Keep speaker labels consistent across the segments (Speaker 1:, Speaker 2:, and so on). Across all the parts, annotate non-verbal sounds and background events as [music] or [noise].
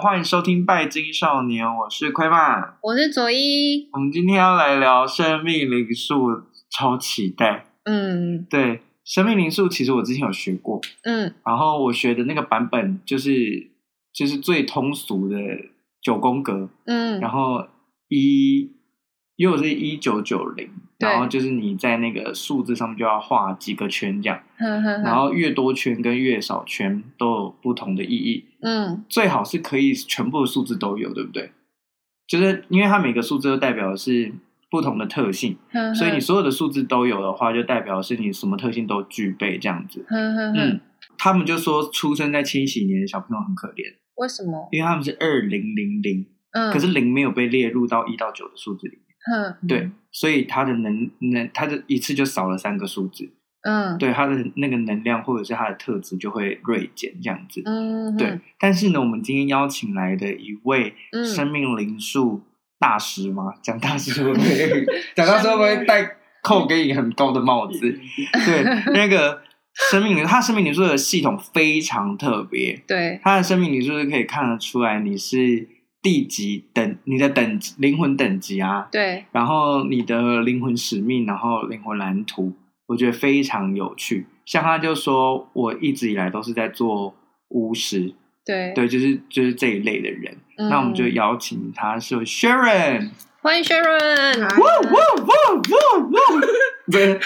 Speaker 1: 欢迎收听《拜金少年》，我是快慢。
Speaker 2: 我是佐伊，
Speaker 1: 我们今天要来聊生命灵数，超期待。
Speaker 2: 嗯
Speaker 1: 对，生命灵数其实我之前有学过，
Speaker 2: 嗯
Speaker 1: 然后我学的那个版本就是就是最通俗的九宫格，
Speaker 2: 嗯
Speaker 1: 然后一，因为我是一九九零，
Speaker 2: 对
Speaker 1: 然后就是你在那个数字上面就要画几个圈这样，
Speaker 2: 哼哼
Speaker 1: 然
Speaker 2: 哼，
Speaker 1: 后越多圈跟越少圈都有不同的意义。
Speaker 2: 嗯
Speaker 1: 最好是可以全部的数字都有，对不对？就是因为它每个数字都代表的是不同的特性，
Speaker 2: 嗯哼哼，
Speaker 1: 所以你所有的数字都有的话，就代表是你什么特性都具备这样子。
Speaker 2: 哼哼哼
Speaker 1: 嗯，，他们就说出生在千禧年的小朋友很可怜，
Speaker 2: 为什么？
Speaker 1: 因为他们是二零零零，
Speaker 2: 嗯，
Speaker 1: 可是零没有被列入到一到九的数字里面，
Speaker 2: 哼
Speaker 1: 对，，所以他的能能他的一次就少了三个数字，
Speaker 2: 嗯
Speaker 1: 对他的那个能量或者是他的特质就会锐减这样子。
Speaker 2: 嗯
Speaker 1: 对，但是呢，我们今天邀请来的一位
Speaker 2: 嗯
Speaker 1: 生命灵数大师嘛，讲大师会不会讲大师会不会戴扣给你很高的帽子？对，那个生命灵，他生命灵数的系统非常特别，
Speaker 2: 对
Speaker 1: 他的生命灵数是可以看得出来你是第几等，你的等级灵魂等级啊，
Speaker 2: 对，
Speaker 1: 然后你的灵魂使命，然后灵魂蓝图，我觉得非常有趣。像他就说，我一直以来都是在做巫师，
Speaker 2: 对
Speaker 1: 对，就是就是这一类的人。
Speaker 2: 嗯
Speaker 1: 那我们就邀请他是 Sharon，
Speaker 2: 欢迎 Sharon，
Speaker 1: 哇哇哇哇哇！对，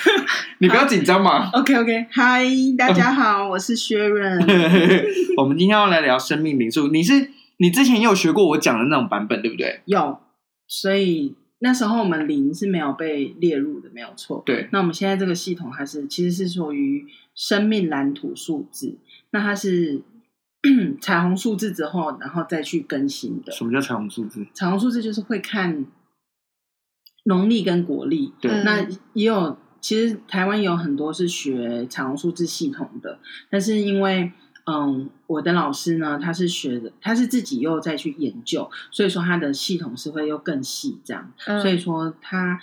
Speaker 1: 你不要紧张嘛。 [laughs]
Speaker 3: OK OK，嗨，大家好，
Speaker 1: 嗯
Speaker 3: 我
Speaker 1: [laughs]
Speaker 3: 是 Sharon。
Speaker 1: 我们今天要来聊生命灵数，你是你之前也有学过我讲的那种版本，对不对？
Speaker 3: 有，所以那时候我们零是没有被列入的，没有错。
Speaker 1: 对，
Speaker 3: 那我们现在这个系统还是其实是属于生命蓝图数字，那它是 [clears throat] 彩虹数字之后，然后再去更新的。
Speaker 1: 什么叫彩虹数字？
Speaker 3: 彩虹数字就是会看农历跟国历，
Speaker 1: 对，
Speaker 2: 嗯
Speaker 3: 那也有，其实台湾有很多是学彩虹数字系统的，但是因为嗯，我的老师呢，他是学的，他是自己又再去研究，所以说他的系统是会又更细这样，
Speaker 2: 嗯
Speaker 3: 所以说他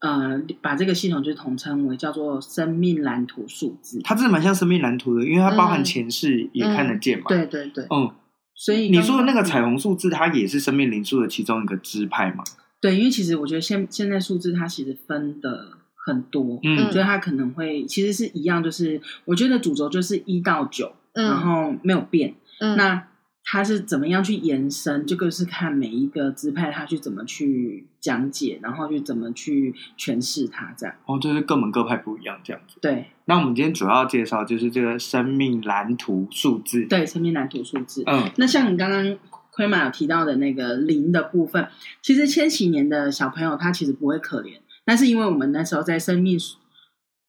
Speaker 3: 呃把这个系统就统称为叫做生命蓝图数字。
Speaker 1: 它真的蛮像生命蓝图的，因为它包含
Speaker 2: 嗯
Speaker 1: 前世也看得见嘛。
Speaker 3: 对对对，
Speaker 1: 嗯，
Speaker 3: 哦所以
Speaker 1: 你
Speaker 3: 刚
Speaker 1: 说的那个
Speaker 3: 嗯
Speaker 1: 彩虹数字，它也是生命灵数的其中一个支派嘛？
Speaker 3: 对，因为其实我觉得现现在数字它其实分的很多，
Speaker 1: 嗯
Speaker 3: 我觉得它可能会其实是一样，就是我觉得主轴就是一到九、然
Speaker 2: 嗯
Speaker 3: 后没有变。
Speaker 2: 嗯
Speaker 3: 那它是怎么样去延伸？这个是看每一个支派它去怎么去讲解，然后去怎么去诠释它，这样
Speaker 1: 哦，就是各门各派不一样这样子。
Speaker 3: 对
Speaker 1: 那我们今天主要介绍就是这个生命蓝图数字。，
Speaker 3: 对，生命蓝图数字。
Speaker 1: 嗯，
Speaker 3: 那像你刚刚奎玛有提到的那个零的部分，其实千禧年的小朋友他其实不会可怜，但是因为我们那时候在生命数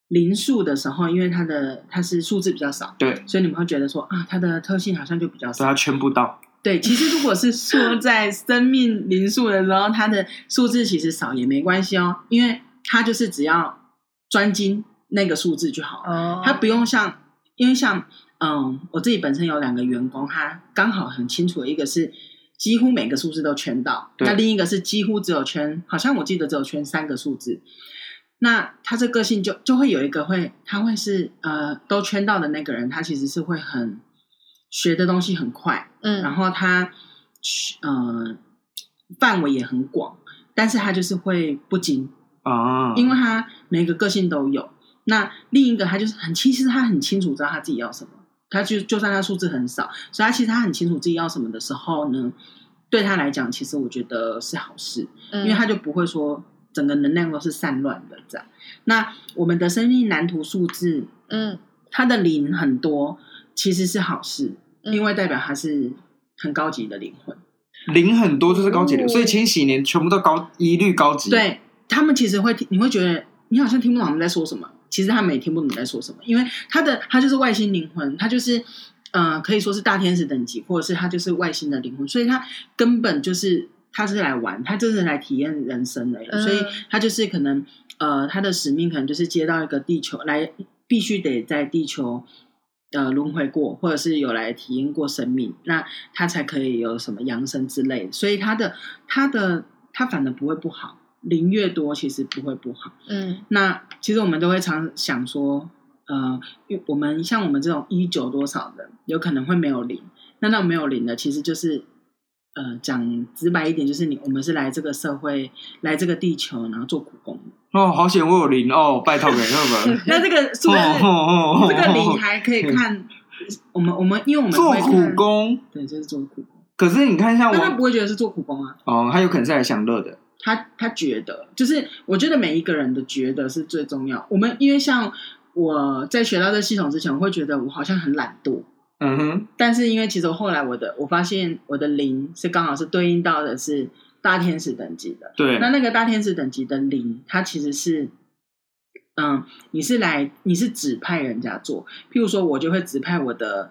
Speaker 3: 零数的时候，因为他的他是数字比较少，
Speaker 1: 对，
Speaker 3: 所以你们会觉得说啊，他的特性好像就比较
Speaker 1: 所以
Speaker 3: 少
Speaker 1: 它。圈不到。
Speaker 3: 对，其实如果是说在生命零数的时候，它的数字其实少也没关系哦，因为它就是只要专精那个数字就好了。
Speaker 2: 哦，
Speaker 3: 他不用像，因为像嗯，我自己本身有两个员工，他刚好很清楚，一个是几乎每个数字都圈到，
Speaker 1: 对
Speaker 3: 那另一个是几乎只有圈，好像我记得只有圈三个数字。那他这个性就就会有一个会，他会是呃都圈到的那个人，他其实是会很学的东西很快，
Speaker 2: 嗯，
Speaker 3: 然后他呃范围也很广，但是他就是会不精，
Speaker 1: 啊，
Speaker 3: 因为他每个个性都有。那另一个他就是很清，其实他很清楚知道他自己要什么。他就就算他数字很少，所以他其实他很清楚自己要什么的时候呢，对他来讲，其实我觉得是好事，因为他就不会说整个能量都是散乱的这样。那我们的生命蓝图数字，
Speaker 2: 嗯
Speaker 3: 它的零很多，其实是好事，
Speaker 2: 嗯
Speaker 3: 因为代表它是很高级的灵魂。
Speaker 1: 零很多就是高级的，
Speaker 2: 哦
Speaker 1: 所以千禧年全部都高，一律高级。，
Speaker 3: 对他们其实会听，你会觉得你好像听不懂他们在说什么，其实他们也听不懂你在说什么，因为他的他就是外星灵魂，他就是呃可以说是大天使等级，或者是他就是外星的灵魂，所以他根本就是他是来玩，他就是来体验人生的，
Speaker 2: 嗯
Speaker 3: 所以他就是可能呃他的使命可能就是接到一个地球来，必须得在地球。呃，轮回过，或者是有来体验过生命，那他才可以有什么扬升之类的。所以他的他的他反而不会不好，零越多其实不会不好。
Speaker 2: 嗯
Speaker 3: 那其实我们都会常想说，呃，因为我们像我们这种一九多少的，有可能会没有零。那那没有零的，其实就是呃，讲直白一点，就是你我们是来这个社会，来这个地球，然后做苦工的。。
Speaker 1: 哦，好险我有零哦，拜托给 [laughs] 那个
Speaker 3: 那这个是不
Speaker 1: 哦
Speaker 3: 是、
Speaker 1: 哦哦，
Speaker 3: 这个
Speaker 1: 哦
Speaker 3: 零还可以看？我们我们因为我们
Speaker 1: 做
Speaker 3: 会
Speaker 1: 苦
Speaker 3: 看
Speaker 1: 工，
Speaker 3: 对，就是做苦工，
Speaker 1: 可是你看像
Speaker 3: 但他
Speaker 1: 我
Speaker 3: 不会觉得是做苦工啊。
Speaker 1: 哦，他有可能是来享乐的，
Speaker 3: 他他觉得，就是我觉得每一个人的觉得是最重要。我们因为像我在学到这系统之前，我会觉得我好像很懒惰，
Speaker 1: 嗯哼，
Speaker 3: 但是因为其实我后来我的我发现我的零是刚好是对应到的是大天使等级的，
Speaker 1: 对，
Speaker 3: 那那个大天使等级的零，它其实是。嗯，你是来，你是指派人家做，譬如说，我就会指派我的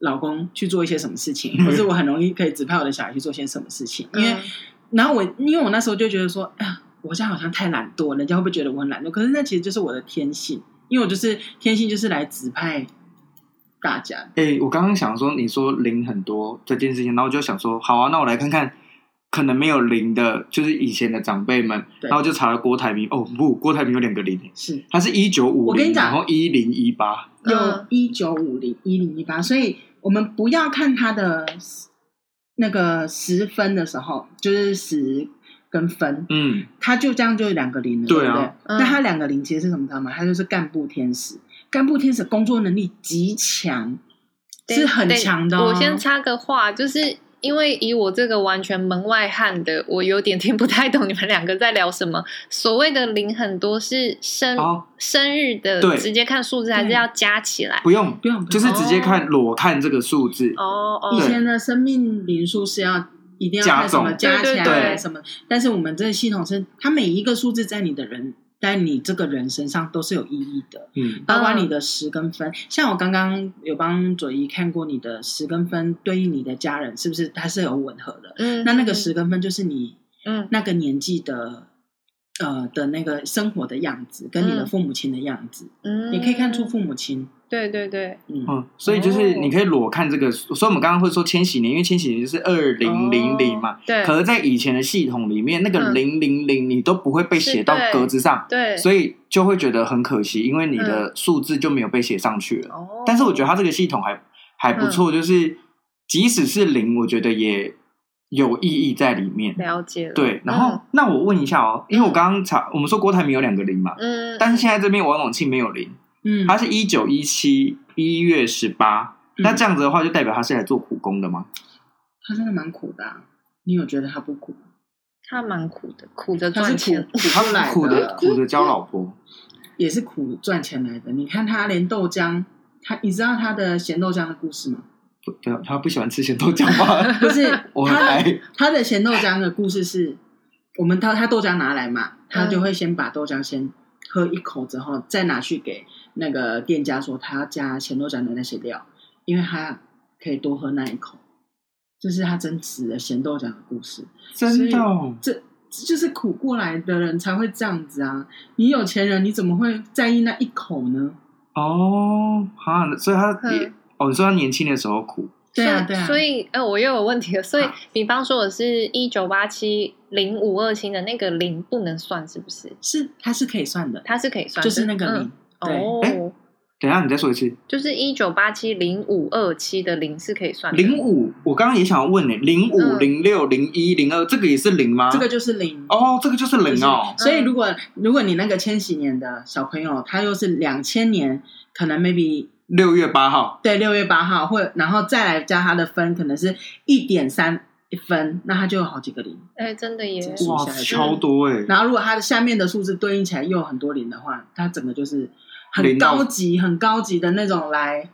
Speaker 3: 老公去做一些什么事情，或是我很容易可以指派我的小孩去做些什么事情，因
Speaker 2: 嗯
Speaker 3: 为然后我，因为我那时候就觉得说，哎呀，我这样好像太懒惰，人家会不会觉得我很懒惰？可是那其实就是我的天性，因为我就是天性就是来指派大家的。
Speaker 1: 诶，我刚刚想说，你说零很多这件事情，然后我就想说，好啊，那我来看看，可能没有零的，就是以前的长辈们，
Speaker 3: 对
Speaker 1: 然后我就查了郭台铭，哦不，郭台铭有两个零，
Speaker 3: 是
Speaker 1: 他是一九五
Speaker 3: 我跟
Speaker 1: 零，
Speaker 3: 你讲
Speaker 1: 然后一零一八，
Speaker 3: 有
Speaker 2: 嗯
Speaker 3: 一九五零一零一八，所以我们不要看他的那个十分的时候，就是十跟分，
Speaker 1: 嗯，
Speaker 3: 他就这样就有两个零了，
Speaker 1: 对啊
Speaker 3: 不对？
Speaker 2: 嗯
Speaker 3: 那他两个零其实是什么？知道吗？他就是干部天使，干部天使工作能力极强，
Speaker 2: 对
Speaker 3: 是很
Speaker 2: 对
Speaker 3: 强的、哦。
Speaker 2: 我先插个话，就是因为以我这个完全门外汉的，我有点听不太懂你们两个在聊什么。所谓的零很多是生、
Speaker 1: 哦
Speaker 2: 生日的
Speaker 1: 对，
Speaker 2: 直接看数字还是
Speaker 3: 对
Speaker 2: 要加起来？
Speaker 1: 不用，
Speaker 3: 不用，不
Speaker 1: 就
Speaker 3: 用
Speaker 1: 是直接看裸看这个数字，
Speaker 2: 哦哦，
Speaker 3: 以
Speaker 1: 对
Speaker 3: 前的生命灵数是要一定要
Speaker 1: 加
Speaker 3: 看什么
Speaker 1: 总
Speaker 3: 加起
Speaker 2: 对对
Speaker 3: 来
Speaker 2: 对
Speaker 3: 什么，但是我们这个系统是它每一个数字在你的人，在你这个人身上都是有意义的，
Speaker 1: 嗯，
Speaker 3: 包括你的十跟分。像我刚刚有帮左一看过你的十跟分对应你的家人，是不是它是有吻合的？
Speaker 2: 嗯，
Speaker 3: 那那个十跟分就是你
Speaker 2: 嗯，
Speaker 3: 那个年纪的。呃的那个生活的样子，跟你的
Speaker 2: 嗯
Speaker 3: 父母亲的样子，
Speaker 2: 嗯，
Speaker 3: 你可以看出，父母亲，
Speaker 2: 对对对，
Speaker 3: 嗯，
Speaker 1: 嗯，所以就是你可以裸看这个，所以我们刚刚会说千禧年，因为千禧年就是二零零零嘛，
Speaker 2: 哦，对，
Speaker 1: 可是，在以前的系统里面，那个
Speaker 2: 嗯
Speaker 1: 零零零你都不会被写到
Speaker 2: 是对
Speaker 1: 格子上，
Speaker 2: 对，嗯
Speaker 1: 所以就会觉得很可惜，因为你的数字就没有被写上去了。
Speaker 2: 哦，嗯
Speaker 1: 但是我觉得它这个系统还还不错，就是即使是零，我觉得也有意义在里面。
Speaker 2: 了解嗯了，
Speaker 1: 对，然后、那我问一下哦，因为我刚刚查，我们说郭台铭有两个零嘛，
Speaker 2: 嗯，嗯，
Speaker 1: 但是现在这边王永庆没有零，
Speaker 3: 嗯，
Speaker 1: 他是一九一七一月十八，那
Speaker 3: 嗯
Speaker 1: 这样子的话就代表他是来做苦工的吗？
Speaker 3: 他真的蛮苦的、啊，你有觉得他不苦吗？
Speaker 2: 他蛮苦的，苦着
Speaker 3: 他
Speaker 2: 赚
Speaker 3: 是
Speaker 2: 钱
Speaker 3: 苦，苦
Speaker 1: 他
Speaker 3: 出
Speaker 1: [laughs]
Speaker 3: 来
Speaker 1: 苦的苦的交老婆，
Speaker 3: 也是苦赚钱来的。你看他连豆浆，他你知道他的咸豆浆的故事吗？
Speaker 1: 不对，啊他不喜欢吃咸豆浆吗？
Speaker 3: 不是，
Speaker 1: [laughs] 我很
Speaker 3: 他的
Speaker 1: 爱，
Speaker 3: 他的咸豆浆的故事是，我们他他豆浆拿来嘛，他
Speaker 1: 嗯
Speaker 3: 就会先把豆浆先喝一口之后，再拿去给那个店家说他要加咸豆浆的那些料，因为他可以多喝那一口。这是他真实的咸豆浆的故事。
Speaker 1: 真的哦。
Speaker 3: 这这就是苦过来的人才会这样子啊！你有钱人，你怎么会在意那一口呢？
Speaker 1: 哦，哈，所以他也、
Speaker 2: 嗯
Speaker 1: 哦，你说他年轻的时候苦，
Speaker 3: 对啊，
Speaker 2: 所以
Speaker 3: 对啊，
Speaker 2: 所以呃，我又有问题了。所以
Speaker 1: 好，
Speaker 2: 比方说我是一九八七零五二七的那个零不能算，是不是？
Speaker 3: 是它是可以算的，
Speaker 2: 它是可以算的，
Speaker 3: 就是那个零，
Speaker 2: 嗯、
Speaker 3: 对，
Speaker 2: 哦，
Speaker 1: 等一下你再说一次，
Speaker 2: 就是一九八七零五二七的零是可以算的。
Speaker 1: 零五，我刚刚也想要问你，零五、
Speaker 2: 嗯
Speaker 1: 零六、零一、零二，这个也是零吗？
Speaker 3: 这个就是零。
Speaker 1: 哦，这个就是零
Speaker 2: 嗯
Speaker 1: 哦，
Speaker 3: 所以如果如果你那个千禧年的小朋友，他又是两千年，可能 maybe
Speaker 1: 六月八号，
Speaker 3: 对六月八号，或然后再来加他的分，可能是一点三分，那他就有好几个零。
Speaker 2: 哎，真的耶，
Speaker 3: 是
Speaker 1: 哇，
Speaker 3: 下一个
Speaker 1: 超多哎、
Speaker 3: 然后如果它的下面的数字对应起来又有很多零的话，它整个就是很
Speaker 1: 零哦到
Speaker 3: 高级、很高级的那种来。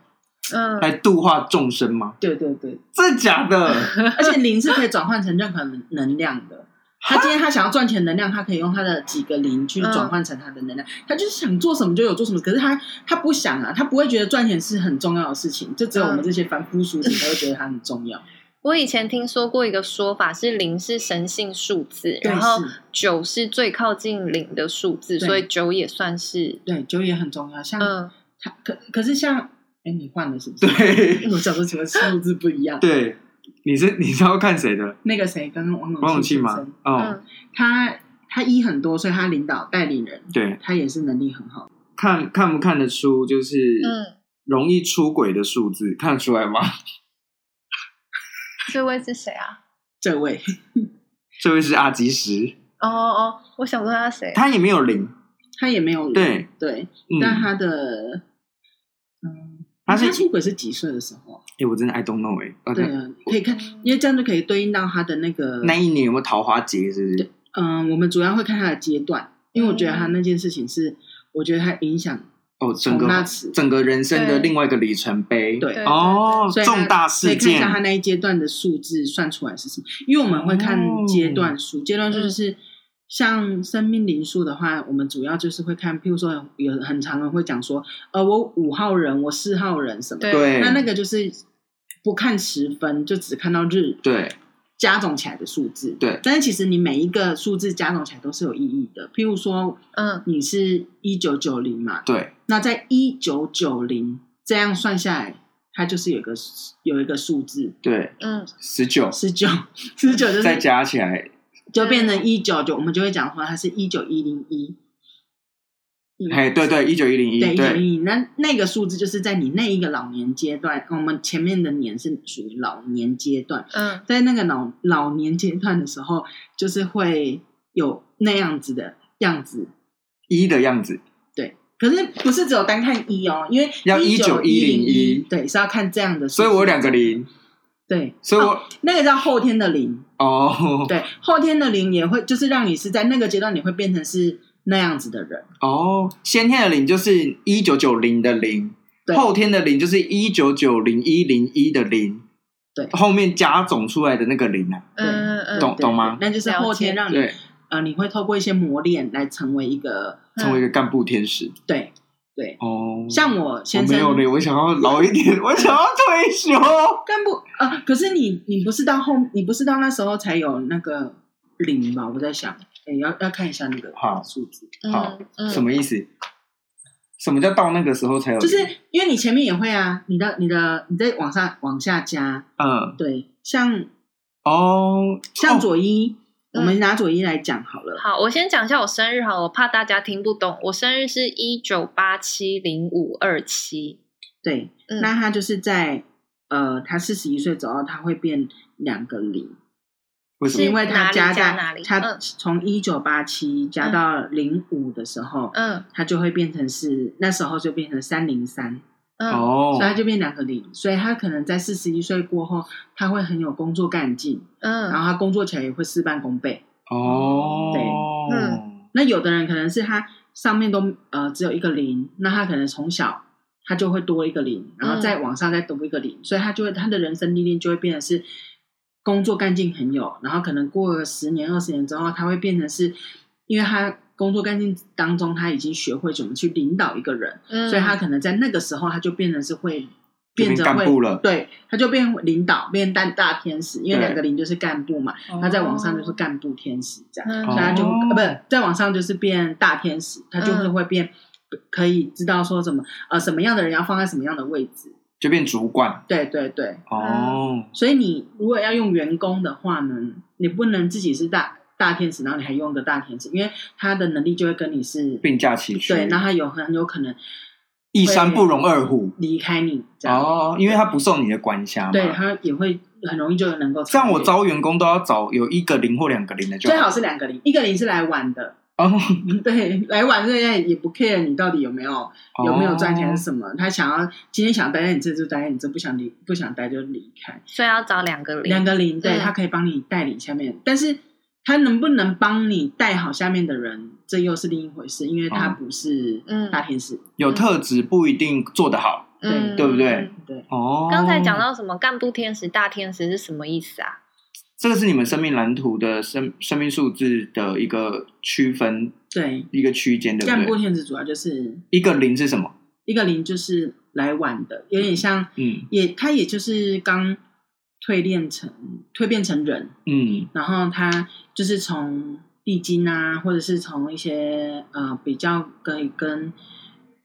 Speaker 2: 嗯，
Speaker 1: 来度化众生吗？
Speaker 3: 对对对，
Speaker 1: 真的假的？
Speaker 3: [laughs] 而且零是可以转换成任何能量的。他今天他想要赚钱能量，他可以用他的几个零去转换成他的能量。他就是想做什么就有做什么，可是他他不想啊，他不会觉得赚钱是很重要的事情，就只有我们这些凡夫俗子才会觉得它很重要。
Speaker 2: 我以前听说过一个说法是零是神性数字，
Speaker 3: 对
Speaker 2: 然后
Speaker 3: 是
Speaker 2: 九是最靠近零的数字，
Speaker 3: 对
Speaker 2: 所以九也算是
Speaker 3: 对，酒也很重要，像
Speaker 2: 嗯
Speaker 3: 他可可是像哎，你换了是不是？
Speaker 1: 对 [laughs]
Speaker 3: [laughs] 我讲的什么数字不一样？
Speaker 1: 对，你是你是要看谁的？
Speaker 3: 那个谁，刚刚王
Speaker 1: 王
Speaker 3: 永
Speaker 1: 永庆
Speaker 3: 庆先
Speaker 1: 吗
Speaker 3: 生，？
Speaker 1: 哦，
Speaker 2: 嗯
Speaker 3: 他他一很多，所以他领导带领人，
Speaker 1: 对，
Speaker 3: 他也是能力很好。
Speaker 1: 看看不看得出就是
Speaker 2: 嗯，
Speaker 1: 容易出轨的数字，看得出来吗？
Speaker 2: 这位是谁啊？
Speaker 3: 这位，
Speaker 1: [laughs]
Speaker 3: [laughs]
Speaker 1: 这位是阿基石，
Speaker 2: [laughs] 哦哦，我想说他谁？
Speaker 1: 他也没有零，
Speaker 3: 他也没有
Speaker 1: 对，
Speaker 3: 对，但
Speaker 1: 嗯，
Speaker 3: 他的嗯，
Speaker 1: 他是
Speaker 3: 出轨是几岁的时候啊？
Speaker 1: 哎，我真的 I don't know 哎，啊
Speaker 3: 对
Speaker 1: 那
Speaker 3: 啊，可以看，因为这样就可以对应到他的那个
Speaker 1: 那一年有没有桃花劫？是不是？
Speaker 3: 嗯，我们主要会看他的阶段，因为我觉得他那件事情是，我觉得他影响
Speaker 1: 哦，整
Speaker 3: 从那
Speaker 1: 个
Speaker 3: 次，
Speaker 1: 整个人生的
Speaker 2: 对
Speaker 1: 另外一个里程碑，
Speaker 3: 对
Speaker 1: 哦，
Speaker 3: 所以他
Speaker 1: 重大
Speaker 3: 所
Speaker 1: 事
Speaker 3: 以看一
Speaker 1: 件
Speaker 3: 下，他那一阶段的数字算出来是什么，因为我们会
Speaker 1: 哦
Speaker 3: 看阶段数，阶段数就是。像生命灵数的话，我们主要就是会看，譬如说有很常人会讲说，呃，我五号人，我四号人什么的，
Speaker 2: 对
Speaker 1: 对
Speaker 3: 那那个就是不看时分，就只看到日
Speaker 1: 对
Speaker 3: 加总起来的数字。
Speaker 1: 对
Speaker 3: 但是其实你每一个数字加总起来都是有意义的。譬如说，
Speaker 2: 嗯，
Speaker 3: 你是一九九零嘛，
Speaker 1: 对，
Speaker 3: 那在一九九零这样算下来，它就是有一个有一个数字
Speaker 1: 对，
Speaker 2: 嗯，
Speaker 1: 十九
Speaker 3: 十九，十九就
Speaker 1: 再
Speaker 3: 是
Speaker 1: 加起来，
Speaker 3: 就变成一九九，我们就会讲说它是一九一零一。
Speaker 1: 嘿，对对，一九一零一，
Speaker 3: 嗯对，一九
Speaker 1: 对，
Speaker 3: 一零，那那个数字就是在你那一个老年阶段，我们前面的年是属于老年阶段，
Speaker 2: 嗯，
Speaker 3: 在那个老老年阶段的时候，就是会有那样子的样子，
Speaker 1: 一的样子，
Speaker 3: 对。可是不是只有单看一哦，因为
Speaker 1: 要
Speaker 3: 九
Speaker 1: 19101
Speaker 3: 对，是要看这样的数字，
Speaker 1: 所以我有两个零，
Speaker 3: 对，
Speaker 1: 所以
Speaker 3: 哦
Speaker 1: 我
Speaker 3: 那个叫后天的零，
Speaker 1: 哦
Speaker 3: 对，后天的零也会就是让你是在那个阶段你会变成是那样子的人，
Speaker 1: 哦，先天的零就是一九九零的零，
Speaker 3: 对
Speaker 1: 后天的零就是一九九零一零一的零，
Speaker 3: 对
Speaker 1: 后面加总出来的那个零啊，
Speaker 2: 嗯嗯，
Speaker 1: 懂
Speaker 3: 对
Speaker 1: 懂吗
Speaker 3: 对那就是后天让你
Speaker 1: 对，
Speaker 3: 呃，你会透过一些磨练来成为一个
Speaker 1: 成为一个干部天使
Speaker 3: 对对，
Speaker 1: 哦。
Speaker 3: 像我
Speaker 1: 我
Speaker 3: 先
Speaker 1: 没
Speaker 3: 生
Speaker 1: 有嘞，我想要老一点，我想要退休。
Speaker 3: [laughs] 干部啊，可是你你不是到后，你不是到那时候才有那个零吧？我在想，哎、要要看一下那个
Speaker 1: 好
Speaker 3: 数字，
Speaker 1: 好
Speaker 2: 嗯，嗯
Speaker 1: 什么意思？什么叫到那个时候才有？
Speaker 3: 就是因为你前面也会啊，你的你的你在往上往下加，
Speaker 1: 嗯
Speaker 3: 对，像
Speaker 1: 哦，
Speaker 3: 像
Speaker 1: 哦
Speaker 3: 左一，
Speaker 2: 嗯
Speaker 3: 我们拿左一来讲好了，
Speaker 2: 好，我先讲一下我生日好了，我怕大家听不懂。我生日是一九八七零五二七，
Speaker 3: 对，
Speaker 2: 嗯
Speaker 3: 那他就是在呃，他四十一岁之后，他会变两个零，
Speaker 1: 为什么
Speaker 2: 是
Speaker 3: 因为
Speaker 2: 哪
Speaker 3: 他
Speaker 2: 里
Speaker 3: 加
Speaker 2: 加哪
Speaker 3: 在
Speaker 2: 里
Speaker 3: 他
Speaker 2: 嗯
Speaker 3: 从一九八七加到零五的时候，
Speaker 2: 嗯
Speaker 3: 他就会变成是那时候就变成三零三。
Speaker 2: 嗯
Speaker 1: 哦
Speaker 3: 所以他就变两个零，所以他可能在四十一岁过后，他会很有工作干劲，然
Speaker 2: 嗯，
Speaker 3: 后他工作起来也会事半功倍。
Speaker 1: 哦，
Speaker 3: 对
Speaker 2: 嗯
Speaker 3: 那有的人可能是他上面都呃只有一个零，那他可能从小他就会多一个零，然后再往上再多一个零，所以他就会他的人生历练就会变得是工作干劲很有，然后可能过了十年二十年之后，他会变成是因为他工作干劲当中他已经学会怎么去领导一个人，
Speaker 2: 嗯
Speaker 3: 所以他可能在那个时候，他就变成是会
Speaker 1: 就
Speaker 3: 变
Speaker 1: 变
Speaker 3: 成
Speaker 1: 干
Speaker 3: 会
Speaker 1: 部了
Speaker 3: 对，他就变领导，变大大天使，因为
Speaker 1: 对
Speaker 3: 两个零就是干部嘛，他在网上就是干部天使这样，
Speaker 2: 嗯
Speaker 1: 哦
Speaker 3: 所以他就
Speaker 1: 哦
Speaker 3: 呃不是在网上就是变大天使，他
Speaker 1: 嗯
Speaker 3: 就是会变可以知道说什么呃什么样的人要放在什么样的位置，
Speaker 1: 就变主管
Speaker 3: 对对对，
Speaker 1: 哦，
Speaker 3: 所以你如果要用员工的话呢，你不能自己是大大天使，然后你还用个大天使，因为他的能力就会跟你是
Speaker 1: 并驾齐驱，
Speaker 3: 对，那他有很有可能
Speaker 1: 一山不容二虎
Speaker 3: 离开你这样。
Speaker 1: 哦，因为他不受你的管辖嘛。
Speaker 3: 对，他也会很容易就能够
Speaker 1: 这样我
Speaker 3: 超越
Speaker 1: 招员工都要找有一个零或两个零的就
Speaker 3: 最好是两个零，一个零是来玩的， [laughs]
Speaker 1: 哦，
Speaker 3: 对，来玩的人家也不 care 你到底有没
Speaker 1: 哦
Speaker 3: 有有没有赚钱是什么，他想要今天想待在你这就待在你这，不想离不想待就离开。
Speaker 2: 所以要找两个
Speaker 3: 两
Speaker 2: 零，
Speaker 3: 个零，对
Speaker 2: 嗯
Speaker 3: 他可以帮你带领下面，但是他能不能帮你带好下面的人，这又是另一回事，因为他
Speaker 1: 哦
Speaker 3: 不是
Speaker 2: 嗯
Speaker 3: 大天使，
Speaker 1: 有特质不一定做得好
Speaker 2: 嗯
Speaker 1: 对不对
Speaker 2: 嗯
Speaker 3: 对，
Speaker 1: 哦。
Speaker 2: 刚才讲到什么干部天使、大天使是什么意思啊？
Speaker 1: 这个是你们生命蓝图的生生命数字的一个区分，
Speaker 3: 对。
Speaker 1: 一个区间，对
Speaker 3: 干
Speaker 1: 不
Speaker 3: 部
Speaker 1: 对？
Speaker 3: 天使主要就是
Speaker 1: 一个零是什么？
Speaker 3: 一个零，就是来玩的，有点像
Speaker 1: 嗯
Speaker 3: 也他也就是刚蜕变成蜕变成人，
Speaker 1: 嗯
Speaker 3: 然后他就是从地精啊，或者是从一些呃比较可以跟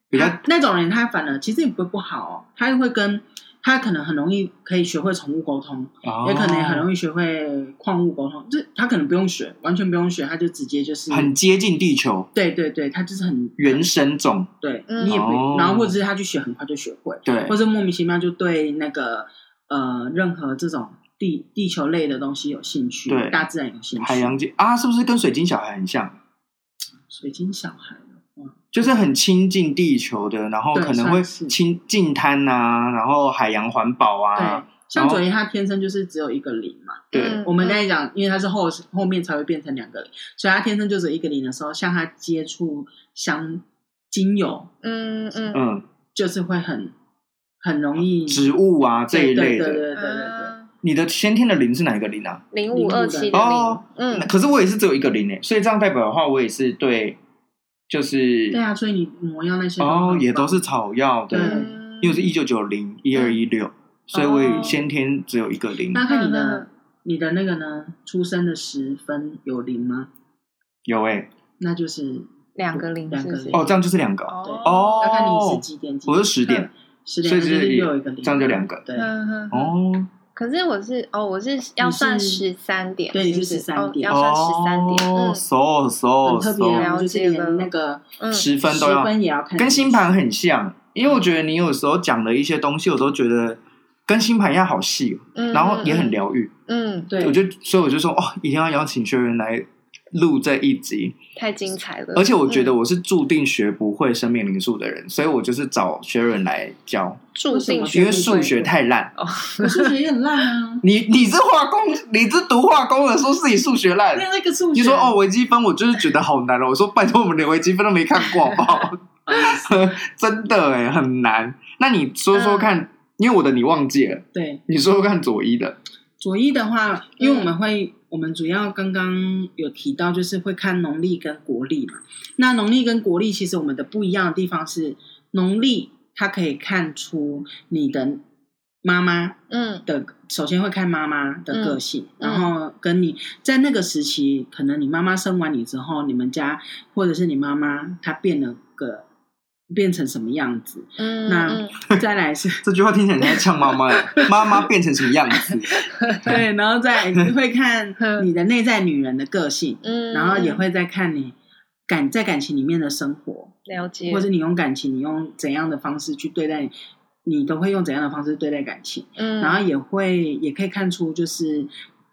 Speaker 1: 比较
Speaker 3: 他那种人，他反而其实也不会不好哦，他会跟他可能很容易可以学会宠物沟通，
Speaker 1: 哦，
Speaker 3: 也可能很容易学会矿物沟通，这他可能不用学，完全不用学，他就直接就是
Speaker 1: 很接近地球
Speaker 3: 对对对，他就是很
Speaker 1: 原生种，
Speaker 3: 对，
Speaker 2: 嗯
Speaker 3: 你也不，
Speaker 1: 哦
Speaker 3: 然后或者是他去学很快就学会，
Speaker 1: 对
Speaker 3: 或者莫名其妙就对那个呃任何这种地地球类的东西有兴趣，
Speaker 1: 对
Speaker 3: 大自然有兴趣，
Speaker 1: 海洋界啊，是不是跟水晶小孩很像？
Speaker 3: 水晶小孩的话，
Speaker 1: 就是很亲近地球的，然后
Speaker 3: 对
Speaker 1: 可能会
Speaker 3: 算是
Speaker 1: 亲近滩啊，然后海洋环保啊
Speaker 3: 对，，像左一他天生就是只有一个零嘛。
Speaker 1: 对
Speaker 2: 嗯
Speaker 3: 我们刚才讲，因为他是后后面才会变成两个零，所以他天生就只有一个零的时候，像他接触香精油，
Speaker 2: 嗯嗯嗯
Speaker 1: 嗯，
Speaker 3: 就是会很很容易
Speaker 1: 植物啊这一类
Speaker 3: 对对嗯
Speaker 1: 的。
Speaker 3: 对对对
Speaker 2: 嗯
Speaker 3: 对
Speaker 1: 你的先天的灵是哪一个灵啊？
Speaker 2: 零五二七的
Speaker 1: 哦
Speaker 2: 零，嗯，
Speaker 1: 可是我也是只有一个灵诶，所以这样代表的话，我也是对，就是
Speaker 3: 对对啊！所以你抹药那些
Speaker 1: 哦，也都
Speaker 3: 都很
Speaker 1: 是草药
Speaker 3: 对嗯
Speaker 1: 的，
Speaker 2: 嗯
Speaker 1: 因为我是一九九零一二一六，所以我也先天只有一个零
Speaker 3: 哦棒。。那看你
Speaker 2: 嗯嗯
Speaker 3: 的你的那个呢，出生的时分有零吗？
Speaker 1: 有诶，
Speaker 3: 那就是
Speaker 2: 两个零
Speaker 3: 两
Speaker 2: 是
Speaker 3: 个
Speaker 2: 不是
Speaker 3: 零
Speaker 1: 哦，这样就是两个。
Speaker 2: 哦
Speaker 1: 哦
Speaker 3: 要看你是几点几，
Speaker 1: 我是十点
Speaker 3: 十
Speaker 1: 所
Speaker 3: 点
Speaker 1: 以
Speaker 3: 就是是又有一个零，
Speaker 1: 这样就两个
Speaker 3: 对，
Speaker 2: 嗯嗯嗯
Speaker 1: 哦，
Speaker 2: 可是我是哦，我是要算
Speaker 3: 你
Speaker 2: 十
Speaker 3: 是
Speaker 2: 三点，
Speaker 3: 对
Speaker 2: 是不
Speaker 3: 你是13点
Speaker 2: 哦，要算十三点，
Speaker 1: 哦
Speaker 2: 嗯
Speaker 1: ，so so
Speaker 3: 很特别
Speaker 1: 哦 so，
Speaker 3: 啊，
Speaker 2: 了
Speaker 3: 就是
Speaker 2: 解了
Speaker 3: 连那个
Speaker 2: 嗯，
Speaker 1: 十分都要
Speaker 3: 十，分也要看，
Speaker 1: 跟星盘很像，因为我觉得你有时候讲的一些东西，有时候觉得跟星盘一样好细哦，
Speaker 2: 嗯
Speaker 1: 然后也很，疗愈。
Speaker 2: 嗯，嗯
Speaker 3: 对，
Speaker 1: 我就所以我就说哦，一定要邀请学员来录这一集，
Speaker 2: 太精彩了，
Speaker 1: 而且我觉得
Speaker 2: 嗯
Speaker 1: 我是注定学不会生命灵数的人，所以我就是找学员来教，
Speaker 2: 注
Speaker 1: 因
Speaker 2: 定
Speaker 3: 学不会
Speaker 1: 为数学太烂。，
Speaker 3: 我数学也很烂啊
Speaker 1: 你你是化工，你是读化工的，说自己数学烂
Speaker 3: 那。那个数学
Speaker 1: 你说哦，微积分我就是觉得好难哦。我说拜托，我们连微积分都没看过，好不好？真的哎，很难。那你说说看，
Speaker 3: 嗯
Speaker 1: 因为我的你忘记了，
Speaker 3: 对，
Speaker 1: 你说说看左一的，
Speaker 3: 左一的话，因为我们会，
Speaker 2: 嗯
Speaker 3: 我们主要刚刚有提到，就是会看农历跟国历嘛。那农历跟国历，其实我们的不一样的地方是，农历它可以看出你的妈妈
Speaker 2: 嗯
Speaker 3: 的，首先会看妈妈的个性，
Speaker 2: 嗯
Speaker 3: 然后跟你在那个时期，可能你妈妈生完你之后，你们家或者是你妈妈她变了个变成什么样子，
Speaker 2: 嗯，
Speaker 3: 那
Speaker 2: 嗯
Speaker 3: 再
Speaker 2: [laughs]
Speaker 3: 来是
Speaker 1: 这句话听起来像在呛妈妈哎，
Speaker 3: [laughs]
Speaker 1: 妈妈变成什么样子？
Speaker 3: 对，然后再
Speaker 2: [laughs]
Speaker 3: 来你会看
Speaker 2: 嗯
Speaker 3: 你的内在女人的个性。
Speaker 2: 嗯，
Speaker 3: 然后也
Speaker 2: 嗯
Speaker 3: 会再看你感在感情里面的生活，
Speaker 2: 了解，
Speaker 3: 或者你用感情，你用怎样的方式去对待你，你都会用怎样的方式对待感情，
Speaker 2: 嗯，
Speaker 3: 然后也会也可以看出就是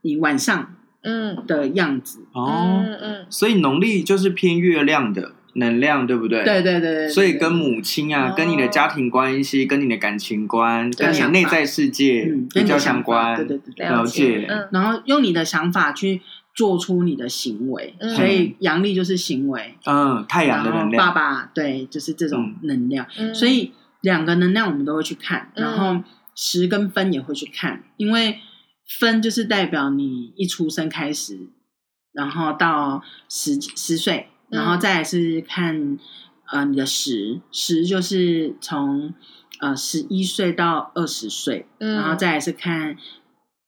Speaker 3: 你晚上
Speaker 2: 嗯
Speaker 3: 的样子。
Speaker 1: 哦，
Speaker 2: 嗯嗯
Speaker 1: 所以农历就是偏月亮的能量，对不对？
Speaker 3: 对。对对对对，
Speaker 1: 所以跟母亲啊，
Speaker 2: 哦
Speaker 1: 跟你的家庭关系，跟你的感情观，
Speaker 3: 对
Speaker 1: 跟你的内在世界
Speaker 3: 嗯
Speaker 1: 比
Speaker 3: 跟你
Speaker 1: 较
Speaker 3: 的
Speaker 1: 相
Speaker 3: 想
Speaker 1: 关
Speaker 3: 法，。对对对对，
Speaker 1: 了解
Speaker 2: 解，嗯
Speaker 3: 然后用你的想法去做出你的行为，
Speaker 2: 嗯
Speaker 3: 所以阳历就是行为，
Speaker 1: 嗯，太阳
Speaker 3: 然
Speaker 1: 的能量，
Speaker 3: 后爸爸对就是这种
Speaker 1: 嗯
Speaker 3: 能量。
Speaker 2: 嗯，
Speaker 3: 所以两个能量我们都会去看，
Speaker 2: 嗯
Speaker 3: 然后十跟分也会去看，因为分就是代表你一出生开始，然后到十十岁，
Speaker 2: 嗯
Speaker 3: 然后再来是看呃你的十十就是从呃十一岁到二十岁，
Speaker 2: 嗯
Speaker 3: 然后再来是看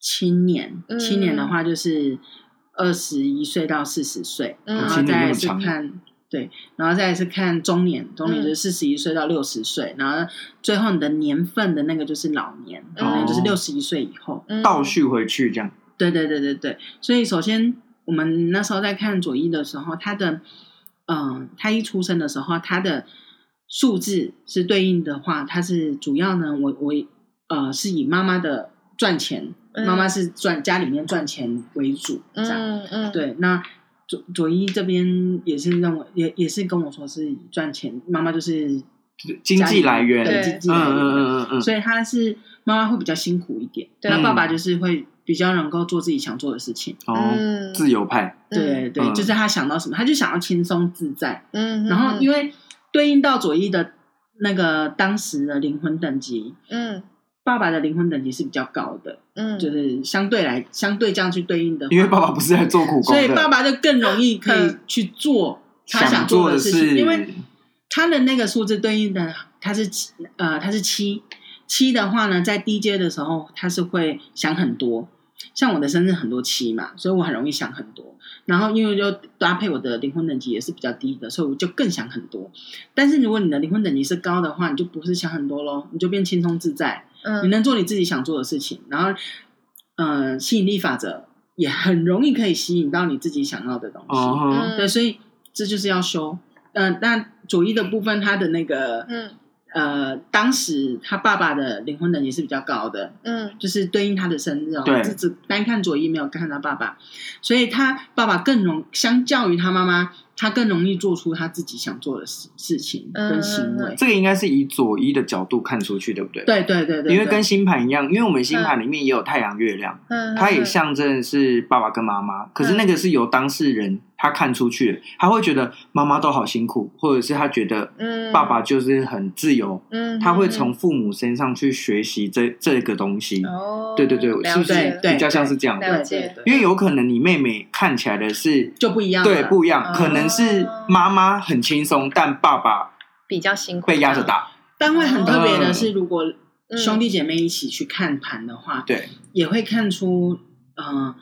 Speaker 3: 青年，
Speaker 2: 嗯
Speaker 3: 青年的话就是二十一岁到四十岁，
Speaker 2: 嗯
Speaker 3: 然后
Speaker 1: 青年
Speaker 3: 再
Speaker 1: 那么
Speaker 3: 来是
Speaker 1: 长
Speaker 3: 看。对，然后再来是看中年，中
Speaker 2: 嗯
Speaker 3: 年就是四十一岁到六十岁，然后最后你的年份的那个就是老年，
Speaker 2: 嗯
Speaker 3: 老年
Speaker 1: 哦
Speaker 3: 就是六十一岁以后。
Speaker 2: 嗯
Speaker 1: 倒叙回去这样。
Speaker 3: 对对对对对，所以首先我们那时候在看左一的时候，他的嗯、呃他一出生的时候，他的数字是对应的话，他是主要呢，我我呃是以妈妈的赚钱，
Speaker 2: 嗯
Speaker 3: 妈妈是赚家里面赚钱为主，这样。
Speaker 2: 嗯嗯，
Speaker 3: 对，那左左一这边也是认为，也也是跟我说是以赚钱，妈妈就是
Speaker 1: 经济来源
Speaker 2: 对
Speaker 3: 对经济
Speaker 1: 嗯
Speaker 3: 来源，
Speaker 1: 嗯嗯嗯
Speaker 3: 所以他是妈妈会比较辛苦一点，
Speaker 2: 对
Speaker 3: 那爸爸就是会比较能够做自己想做的事情，
Speaker 1: 嗯，哦，
Speaker 2: 嗯
Speaker 1: 自由派，
Speaker 3: 对对，
Speaker 1: 嗯
Speaker 3: 就是他想到什么，他就想要轻松自在，
Speaker 2: 嗯，
Speaker 3: 然后因
Speaker 2: 为
Speaker 3: 为对应到左一的那个当时的灵魂等级。
Speaker 2: 嗯
Speaker 3: 爸爸的灵魂等级是比较高的，
Speaker 2: 嗯，
Speaker 3: 就是相对来相对这样去对应的话，
Speaker 1: 因为爸爸不是在做苦工
Speaker 3: 所
Speaker 1: 的，
Speaker 3: 以爸爸就更容易可以
Speaker 2: 嗯
Speaker 3: 去做他
Speaker 1: 想
Speaker 3: 做
Speaker 1: 的
Speaker 3: 事情，因为他的那个数字对应的他是七呃他是七七的话呢，在低阶的时候他是会想很多，像我的生日很多七嘛，所以我很容易想很多。然后因为就搭配我的灵魂等级也是比较低的，所以我就更想很多。但是如果你的灵魂等级是高的话，你就不是想很多咯，你就变轻松自在，
Speaker 2: 嗯
Speaker 3: 你能做你自己想做的事情，然后，呃，吸引力法则也很容易可以吸引到你自己想要的东西。
Speaker 1: 哦哼，
Speaker 2: 嗯
Speaker 3: 对，所以这就是要修。嗯、呃，那左一的部分，它的那个
Speaker 2: 嗯
Speaker 3: 呃，当时他爸爸的灵魂等级是比较高的，
Speaker 2: 嗯
Speaker 3: 就是对应他的生日哦，
Speaker 1: 对
Speaker 3: 只只单看左一没有看他爸爸，所以他爸爸更容，相较于他妈妈，他更容易做出他自己想做的事事情
Speaker 2: 嗯
Speaker 3: 跟行为。
Speaker 1: 这个应该是以左一的角度看出去，对不对？
Speaker 3: 对对对对，
Speaker 1: 因为
Speaker 3: 对
Speaker 1: 跟星盘一样，因为我们星盘里面也有太阳、月亮，
Speaker 2: 嗯，
Speaker 1: 它也
Speaker 2: 嗯
Speaker 1: 象征是爸爸跟妈妈。可是那个是由当事人他看出去的，他会觉得妈妈都好辛苦，或者是他觉得
Speaker 2: 嗯
Speaker 1: 爸爸就是很自由，
Speaker 2: 嗯，
Speaker 1: 他会
Speaker 2: 嗯
Speaker 1: 从父母身上去学习这这个东西。
Speaker 2: 哦，
Speaker 1: 对对对，
Speaker 2: 了
Speaker 1: 是不
Speaker 2: 解
Speaker 1: 是
Speaker 2: 了
Speaker 1: 比较像是这样
Speaker 2: 了
Speaker 1: 的？
Speaker 3: 对对对
Speaker 1: 因为有可能你妹妹看起来的是
Speaker 3: 就不一样了，
Speaker 1: 对不一样，
Speaker 2: 哦
Speaker 1: 可能是妈妈很轻松，但爸爸
Speaker 2: 比较辛苦，
Speaker 1: 被压着打。
Speaker 3: 但会很特别的是，
Speaker 1: 嗯
Speaker 3: 如果
Speaker 2: 嗯
Speaker 3: 兄弟姐妹一起去看盘的话，
Speaker 1: 对，
Speaker 3: 也会看出，嗯，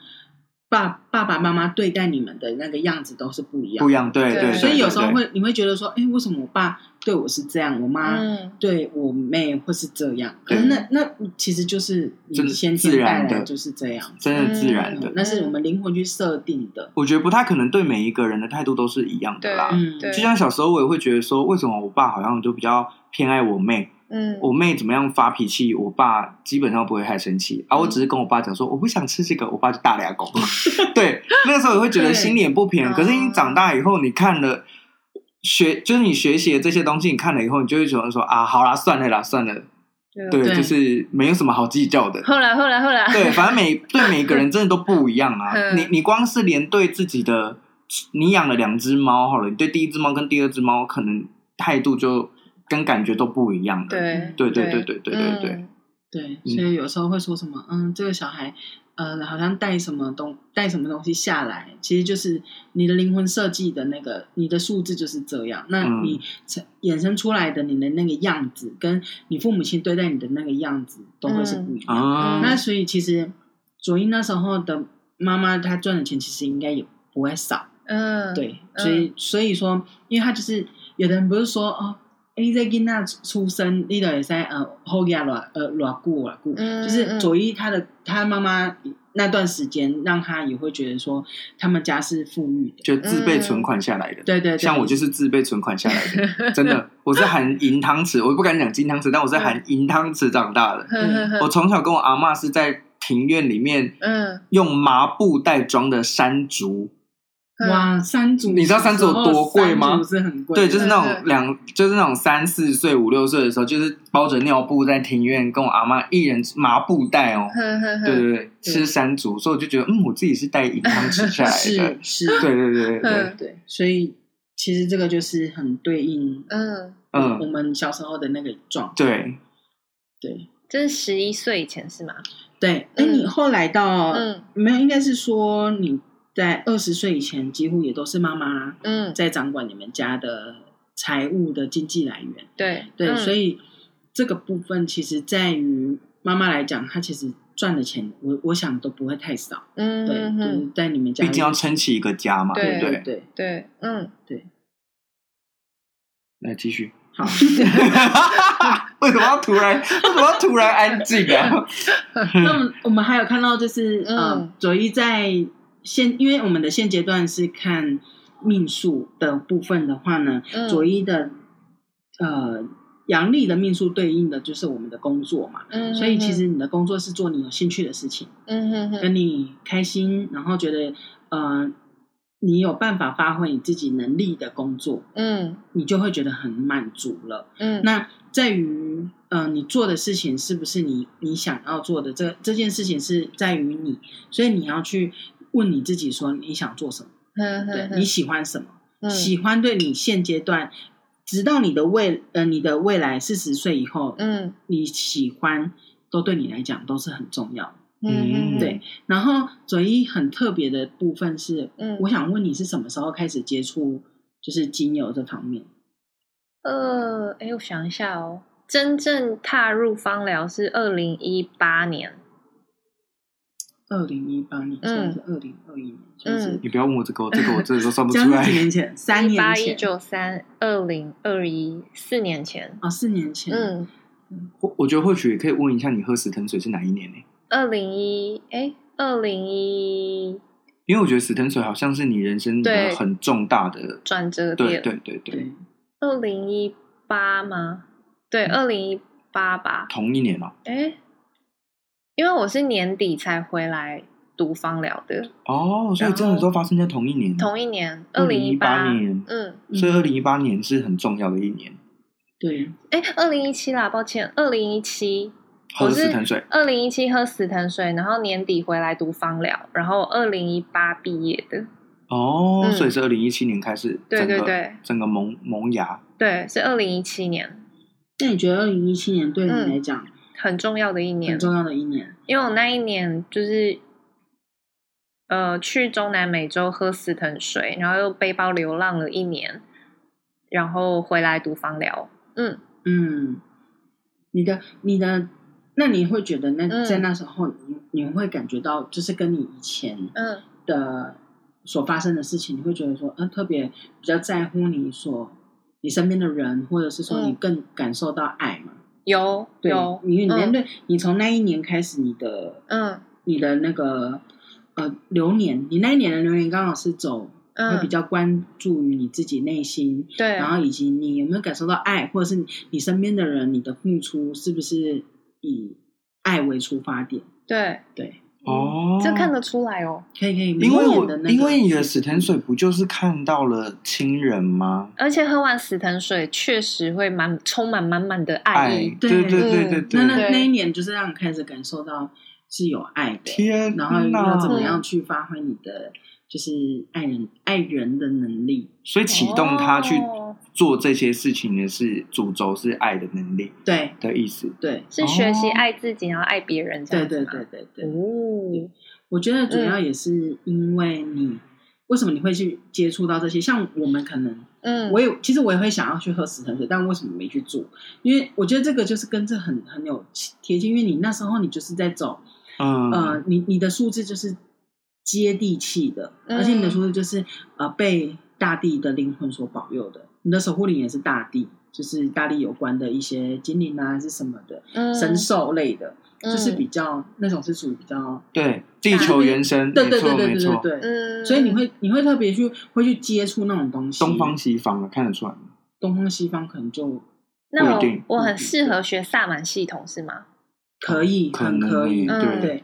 Speaker 3: 爸爸爸妈妈对待你们的那个样子都是不一样
Speaker 1: 不一。样，对
Speaker 2: 对
Speaker 1: 对。
Speaker 3: 所以有时候
Speaker 1: 对
Speaker 3: 会你会觉得说，哎，为什么我爸对我是这样，我妈
Speaker 2: 嗯，
Speaker 3: 对我妹会是这样？可
Speaker 1: 对
Speaker 3: 是那那其实就是你
Speaker 1: 真的
Speaker 3: 先
Speaker 1: 自
Speaker 3: 天带
Speaker 1: 然
Speaker 3: 来
Speaker 1: 的
Speaker 3: 就是这样，
Speaker 1: 真的自然的
Speaker 3: 嗯。那是我们灵魂去设定的。
Speaker 1: 我觉得不太可能对每一个人的态度都是一样的
Speaker 2: 对，
Speaker 1: 啦。
Speaker 3: 嗯
Speaker 2: 对
Speaker 1: 就像小时候我也会觉得说，为什么我爸好像就比较偏爱我妹，
Speaker 2: 嗯，
Speaker 1: 我妹怎么样发脾气，我爸基本上不会太生气啊。
Speaker 2: 嗯
Speaker 1: 我只是跟我爸讲说我不想吃这个，我爸就大俩狗。 [laughs] 对，那个时候也会觉得心里很不平衡。
Speaker 2: 对
Speaker 1: 可是你长大以后，你看了学，就是你学习的这些东西，你看了以后，你就会觉得说啊，好啦，算了啦，算了，对，
Speaker 3: 对
Speaker 1: 就是没有什么好计较的。
Speaker 2: 后来后来后 [laughs] 来，
Speaker 1: 对，反正每对每个人真的都不一样啊。
Speaker 2: 嗯
Speaker 1: 你你光是连对自己的，你养了两只猫好了，你对第一只猫跟第二只猫可能态度就跟感觉都不一样的。
Speaker 2: 对
Speaker 1: 对对
Speaker 2: 对
Speaker 1: 对对对对对，
Speaker 3: 对，
Speaker 1: 嗯
Speaker 3: 所以有时候会说什么，嗯，这个小孩，呃，好像带什么东带什么东西下来，其实就是你的灵魂设计的那个，你的数字就是这样。那
Speaker 1: 嗯
Speaker 3: 你成衍生出来的你的那个样子，跟你父母亲对待你的那个样子，都会是不一样。
Speaker 1: 啊，
Speaker 3: 嗯那所以其实左一那时候的妈妈，她赚的钱其实应该也不会少。
Speaker 2: 嗯，
Speaker 3: 对，
Speaker 2: 嗯
Speaker 3: 所以所以说，因为他就是有的人不是说哦，哎，你这囡仔出生，你就会使呃后压偌呃偌久偌久，
Speaker 2: 嗯
Speaker 3: 就是左一他的他妈妈那段时间，让他也会觉得说他们家是富裕的，
Speaker 1: 就自备存款下来的。
Speaker 3: 对对对，
Speaker 1: 像我就是自备存款下来的，真的，我是含银汤匙，我不敢讲金汤匙，但我是含银汤匙长大的。
Speaker 2: 嗯呵呵
Speaker 1: 我
Speaker 2: 呵
Speaker 1: 从小跟我阿嬷是在庭院里面
Speaker 2: 嗯，
Speaker 1: 用麻布袋装的山竹，
Speaker 2: 嗯，
Speaker 3: 哇，山竹，
Speaker 1: 你知道山竹有多贵吗
Speaker 3: 山竹是很贵的，
Speaker 1: 对，就是那
Speaker 2: 对
Speaker 1: 种两，就是那种三四岁、五六岁的时候，就是包着尿布在庭院跟我阿妈一人麻布袋哦，
Speaker 2: 呵呵呵，
Speaker 1: 对对对，吃山竹，所以我就觉得，嗯，我自己是带银汤匙下来
Speaker 3: [laughs] 是
Speaker 1: 的，
Speaker 3: 是，
Speaker 1: 对对对对对
Speaker 2: 嗯，
Speaker 3: 对，所以其实这个就是很对应
Speaker 2: 嗯，
Speaker 3: 我
Speaker 1: 嗯，
Speaker 3: 们小时候的那个状态，
Speaker 1: 对，
Speaker 3: 对
Speaker 2: 这是十一岁以前是吗？
Speaker 3: 对，哎，
Speaker 2: 嗯
Speaker 3: 你后来到
Speaker 2: 嗯
Speaker 3: 没有，应该是说你在二十岁以前，几乎也都是妈妈
Speaker 2: 嗯，
Speaker 3: 在掌管你们家的财务的经济来源。
Speaker 2: 对
Speaker 3: 对，
Speaker 2: 嗯
Speaker 3: 所以这个部分其实在于妈妈来讲，她其实赚的钱，我我想都不会太少。
Speaker 2: 嗯
Speaker 3: 对，
Speaker 2: 嗯
Speaker 3: 就是
Speaker 2: 嗯
Speaker 3: 在你们家，
Speaker 1: 毕竟要撑起一个家嘛，
Speaker 2: 对
Speaker 1: 对
Speaker 3: 对
Speaker 1: 不
Speaker 3: 对
Speaker 1: 对？
Speaker 3: 对，
Speaker 2: 对嗯，
Speaker 1: 来继续。 [laughs]
Speaker 3: 好，
Speaker 1: 为什么要突然？为什么要突然安静啊？ [laughs]
Speaker 3: 那么我们还有看到就是，
Speaker 2: 嗯
Speaker 3: 呃，左一在现，因为我们的现阶段是看命数的部分的话呢，
Speaker 2: 嗯
Speaker 3: 左一的呃阳历的命数对应的就是我们的工作嘛，
Speaker 2: 嗯，
Speaker 3: 所以其实你的工作是做你有兴趣的事情，
Speaker 2: 嗯哼哼，
Speaker 3: 跟你开心，然后觉得呃你有办法发挥你自己能力的工作，
Speaker 2: 嗯
Speaker 3: 你就会觉得很满足了。
Speaker 2: 嗯，
Speaker 3: 那在于，呃，你做的事情是不是你你想要做的？这这件事情是在于你，所以你要去问你自己说你想做什么，
Speaker 2: 嗯
Speaker 3: 对
Speaker 2: 哼，
Speaker 3: 你喜欢什么？
Speaker 2: 你
Speaker 3: 喜欢对你现阶段，直到你的未呃你的未来四十岁以后，
Speaker 2: 嗯
Speaker 3: 你喜欢都对你来讲都是很重要的。
Speaker 2: 嗯
Speaker 1: 嗯
Speaker 3: 对，然后左一很特别的部分是，
Speaker 2: 嗯
Speaker 3: 我想问你是什么时候开始接触就是精油这方面？
Speaker 2: 呃，哎，我想一下哦，真正踏入芳疗是二零一八年，
Speaker 3: 二零一八年，现在是二零二一年，就是
Speaker 2: 嗯
Speaker 1: 你不要问我这个，这个我真的都算不
Speaker 3: 将
Speaker 1: 出
Speaker 3: 近
Speaker 1: 来
Speaker 3: 几。年前，三
Speaker 2: 一
Speaker 3: 年
Speaker 2: 八一
Speaker 3: 前，
Speaker 2: 九三二零二一四年前，
Speaker 3: 哦，四年前，
Speaker 2: 嗯，
Speaker 1: [laughs] 我我觉得或许也可以问一下你喝死藤水是哪一年呢？
Speaker 2: 二零一哎二零一
Speaker 1: 因为我觉得死藤水好像是你人生的
Speaker 2: 对
Speaker 1: 很重大的，
Speaker 2: 转折
Speaker 1: 对
Speaker 2: 点，
Speaker 1: 对对对
Speaker 3: 对，
Speaker 2: 二零一八吗？对，
Speaker 3: 嗯
Speaker 2: 二零一八吧，
Speaker 1: 同一年啊。
Speaker 2: 哎，因为我是年底才回来读芳疗的，
Speaker 1: 哦，所以真的都发生在同一年。
Speaker 2: 同一年，二零一
Speaker 1: 2018
Speaker 2: 八
Speaker 1: 年
Speaker 2: 嗯，
Speaker 1: 所以二零一八年是很重要的一年。
Speaker 3: 对，
Speaker 2: 哎，二零一七啦，抱歉，二零一七，
Speaker 1: 喝
Speaker 3: 哦
Speaker 2: 我是
Speaker 1: 死藤水，
Speaker 2: 二零一七喝死藤水，然后年底回来读芳疗，然后二零一八毕业的，
Speaker 1: 哦，
Speaker 2: 嗯
Speaker 1: 所以是二零一七年开始，
Speaker 2: 对
Speaker 1: 整个
Speaker 2: 对对
Speaker 1: 整个萌萌芽，
Speaker 2: 对，是二零一七年，
Speaker 3: 那你觉得二零一七年对你
Speaker 2: 嗯
Speaker 3: 来讲
Speaker 2: 很重要的一年
Speaker 3: 很，重要的一年？
Speaker 2: 因为我那一年就是，呃，去中南美洲喝死藤水，然后又背包流浪了一年，然后回来读芳疗。嗯，
Speaker 3: 嗯，你的你的，那你会觉得那、
Speaker 2: 嗯
Speaker 3: 在那时候你你会感觉到，就是跟你以前
Speaker 2: 嗯
Speaker 3: 的所发生的事情，你会觉得说，嗯、特别比较在乎你所你身边的人，或者是说
Speaker 2: 嗯
Speaker 3: 你更感受到爱嘛？
Speaker 2: 有
Speaker 3: 对
Speaker 2: 有，，
Speaker 3: 你你面
Speaker 2: 嗯
Speaker 3: 对、你从那一年开始，你的
Speaker 2: 嗯
Speaker 3: 你的那个呃流年，你那一年的流年刚好是走。会
Speaker 2: 嗯，
Speaker 3: 比较啊关注于你自己内心，
Speaker 2: 对，
Speaker 3: 然后以及你有没有感受到爱，或者是你身边的人，你的付出是不是以爱为出发点？
Speaker 2: 对，
Speaker 3: 对，
Speaker 1: 哦，
Speaker 2: 这看得出来哦，
Speaker 3: 可以可以，
Speaker 1: 因为
Speaker 3: 明眼
Speaker 1: 我
Speaker 3: 的那个
Speaker 1: 因为你的死藤水不就是看到了亲人吗？
Speaker 2: 而且喝完死藤水确实会满充满满满的爱
Speaker 1: 爱
Speaker 2: 意，，
Speaker 1: 对
Speaker 3: 对
Speaker 1: 对对
Speaker 2: 嗯
Speaker 1: 对
Speaker 3: 那那
Speaker 1: 对，
Speaker 2: 对
Speaker 3: 那一年就是让你开始感受到是有爱的，
Speaker 1: 天
Speaker 3: 然后要怎么
Speaker 1: 哪
Speaker 3: 样去发挥你的就是爱人爱人的能力？
Speaker 1: 所以启动他去
Speaker 2: 哦
Speaker 1: 做这些事情的是主轴是爱的能力
Speaker 3: 对
Speaker 1: 的意思。
Speaker 3: 对
Speaker 2: 是学习
Speaker 1: 哦
Speaker 2: 爱自己，然后爱别人，这
Speaker 3: 对
Speaker 2: 样子
Speaker 3: 对
Speaker 2: 吗
Speaker 3: 对对对，
Speaker 2: 哦，
Speaker 3: 我觉得主要也是因为你。为什么你会去接触到这些？像我们可能
Speaker 2: 嗯，
Speaker 3: 我也其实我也会想要去喝死藤水，但为什么没去做？因为我觉得这个就是跟这很很有贴近，因为你那时候你就是在走，
Speaker 1: 嗯，
Speaker 3: 呃，你你的数字就是接地气的，
Speaker 2: 嗯
Speaker 3: 而且你的数字就是呃被大地的灵魂所保佑的，你的守护灵也是大地，就是大地有关的一些精灵啊，还是什么的
Speaker 2: 嗯
Speaker 3: 神兽类的，
Speaker 2: 嗯
Speaker 3: 就是比较那种是属于比较，
Speaker 1: 对，地球原神，
Speaker 3: 对
Speaker 1: 没
Speaker 3: 对对
Speaker 1: 错
Speaker 3: 对
Speaker 1: 没
Speaker 3: 对
Speaker 1: 错，
Speaker 3: 对对，
Speaker 2: 嗯，
Speaker 3: 所以你会你会特别去会去接触那种东西，
Speaker 1: 东方西方啊，看得出来吗。
Speaker 3: 东方西方可能就
Speaker 2: 那
Speaker 1: 不一
Speaker 2: 我
Speaker 1: 定
Speaker 2: 我
Speaker 3: 不一
Speaker 2: 很
Speaker 3: 定
Speaker 2: 适合学萨满系统是吗？
Speaker 3: 可以，
Speaker 1: 可
Speaker 3: 很
Speaker 1: 能
Speaker 3: 可以，
Speaker 1: 欸
Speaker 2: 对
Speaker 3: 对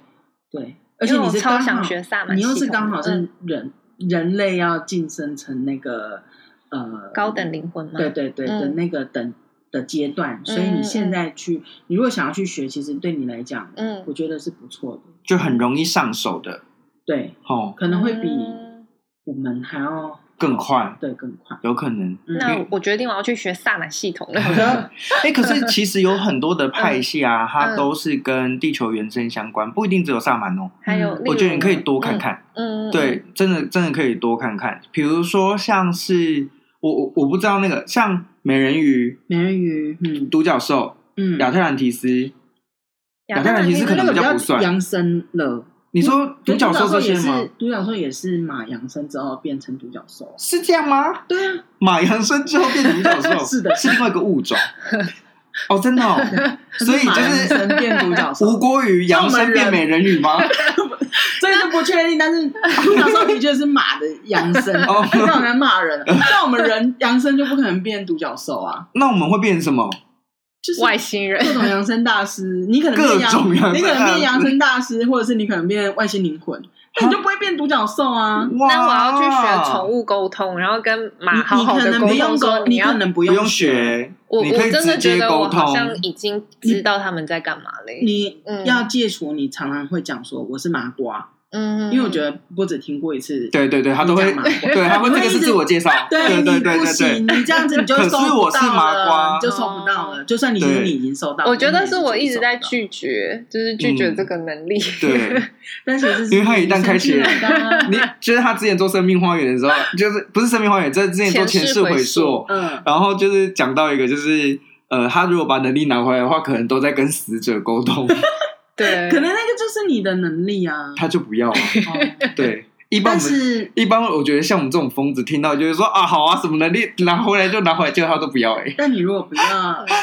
Speaker 3: 对，而
Speaker 2: 嗯因
Speaker 3: 且
Speaker 2: 为
Speaker 3: 你
Speaker 2: 我
Speaker 3: 是
Speaker 2: 超
Speaker 3: 刚
Speaker 2: 想
Speaker 3: 好，
Speaker 2: 学萨满
Speaker 3: 你
Speaker 2: 系统的，
Speaker 3: 又是刚好
Speaker 2: 嗯
Speaker 3: 是人、人类要晋升成那个呃
Speaker 2: 高等，灵魂吗？
Speaker 3: 对对对、的
Speaker 2: 嗯
Speaker 3: 那个等的阶段，所以
Speaker 2: 嗯嗯
Speaker 3: 你现在去，你如果想要去学，其实对你来讲，
Speaker 2: 嗯
Speaker 3: 我，觉得是不错的，
Speaker 1: 就很容易上手的，
Speaker 3: 对，
Speaker 1: 哦，
Speaker 3: 可能会比
Speaker 2: 嗯
Speaker 3: 我们还要
Speaker 1: 更快，
Speaker 3: 对更快，
Speaker 1: 有可能。
Speaker 3: 嗯
Speaker 2: 那我我决定我要去学萨满系统
Speaker 1: [laughs]
Speaker 2: 了。
Speaker 3: [laughs]
Speaker 1: 哎、可是其实有很多的派系啊，它
Speaker 2: 嗯
Speaker 1: 都是跟地球原生相关，不一定只有萨满哦。
Speaker 2: 还有，
Speaker 1: 我觉得你可以多看看，
Speaker 2: 嗯嗯，嗯，嗯，
Speaker 1: 对，真的真的可以多看看。比如说像是我我我不知道那个像美人鱼、
Speaker 3: 美人鱼，嗯
Speaker 1: 独角兽、
Speaker 3: 嗯，
Speaker 1: 亚特兰提斯，
Speaker 2: 亚
Speaker 1: 亚特兰提斯
Speaker 2: 斯
Speaker 1: 可能
Speaker 3: 那个
Speaker 1: 比较
Speaker 3: 较
Speaker 1: 不算
Speaker 3: 扬升了。
Speaker 1: 你
Speaker 3: 嗯
Speaker 1: 说独角兽这些
Speaker 3: 也是
Speaker 1: 吗？
Speaker 3: 独角兽也是马扬升之后变成独角兽，
Speaker 1: 是这样吗？
Speaker 3: 对啊，
Speaker 1: 马扬生之后变成独角兽，
Speaker 2: [laughs]
Speaker 3: 是的
Speaker 1: 是另外一个物种。哦，真的哦，
Speaker 2: 啊
Speaker 1: 所以就
Speaker 3: 马扬
Speaker 1: 是
Speaker 3: 升变独角兽，
Speaker 1: 吴郭鱼扬生变美人鱼吗？
Speaker 3: [laughs] 这个就不确定，但是独角兽的确是马的扬声，
Speaker 1: 哦
Speaker 3: 那我们骂人，啊那我们人扬声就不可能变独角兽啊，
Speaker 1: 那我们会变什么？
Speaker 3: 就是
Speaker 2: 外星人
Speaker 3: 各种扬声大师，你可能变
Speaker 1: 各种扬声大
Speaker 3: 扬，
Speaker 1: 师
Speaker 3: 你可能变扬声大师，或者是你可能变外星灵魂，那你就不会变独角兽啊。
Speaker 1: 哇！
Speaker 2: [laughs] 那我要去学宠，物沟通，然后跟马好
Speaker 3: 你
Speaker 2: 好
Speaker 3: 你
Speaker 2: 的
Speaker 3: 可能
Speaker 2: 沟
Speaker 3: 不用
Speaker 2: 通
Speaker 3: 沟
Speaker 2: 说，
Speaker 3: 你
Speaker 2: 要
Speaker 3: 可。能不
Speaker 1: 不
Speaker 3: 用
Speaker 1: 用。学，
Speaker 2: 我
Speaker 1: 你
Speaker 2: 我
Speaker 1: 可以
Speaker 2: 真的
Speaker 1: 直
Speaker 2: 觉
Speaker 1: 接
Speaker 2: 得
Speaker 1: 沟
Speaker 2: 我好
Speaker 1: 通。
Speaker 2: 像已经知道他们在干嘛嘞。
Speaker 3: 你要戒除你常常会讲说我是麻瓜，
Speaker 2: 嗯，
Speaker 3: 因为我觉得我只听过一次。
Speaker 1: 对对对，他都会，
Speaker 3: 你干嘛
Speaker 1: 对
Speaker 2: [laughs]
Speaker 1: 他会这个是自我介绍，对
Speaker 3: 对
Speaker 1: 对
Speaker 3: 你
Speaker 1: 对
Speaker 3: 不
Speaker 1: 对对
Speaker 3: 行，。你这样子你就
Speaker 1: 可是
Speaker 3: 收不
Speaker 1: 我是
Speaker 3: 到
Speaker 1: 麻
Speaker 3: 了
Speaker 1: 瓜哦
Speaker 3: 你就收不到了。就算你觉
Speaker 1: 对
Speaker 3: 得你已经收到了，
Speaker 2: 我觉
Speaker 3: 你
Speaker 2: 得
Speaker 3: 也
Speaker 2: 是嗯我一直在
Speaker 3: 收不到
Speaker 2: 拒绝，就是拒绝
Speaker 1: 嗯
Speaker 2: 这个能
Speaker 3: [laughs]
Speaker 2: 力。
Speaker 1: 对，
Speaker 3: 但其实是
Speaker 1: 因为他一旦开启了
Speaker 3: 你生气了
Speaker 1: 你就是他之前做生命花园的
Speaker 2: [laughs]
Speaker 1: 时候，就是不是生命花园，这之前做前世回
Speaker 2: 前世回
Speaker 1: 溯
Speaker 2: 溯，
Speaker 3: 嗯，
Speaker 1: 然后就是讲到一个，就是呃，他如果把能力拿回来的话，可能都在跟死者沟通，
Speaker 2: 对，
Speaker 3: 可能那个就是你的能力啊。
Speaker 1: 他就不要
Speaker 2: [laughs]
Speaker 1: 了。
Speaker 3: 哦
Speaker 1: [laughs] 对，一般
Speaker 3: 但
Speaker 1: 我们
Speaker 3: 是
Speaker 1: 一般我觉得像我们这种疯子，听到就是说啊，好啊，什么能力拿回来就拿回来，结果他都不要哎、欸
Speaker 3: 但你如果不要，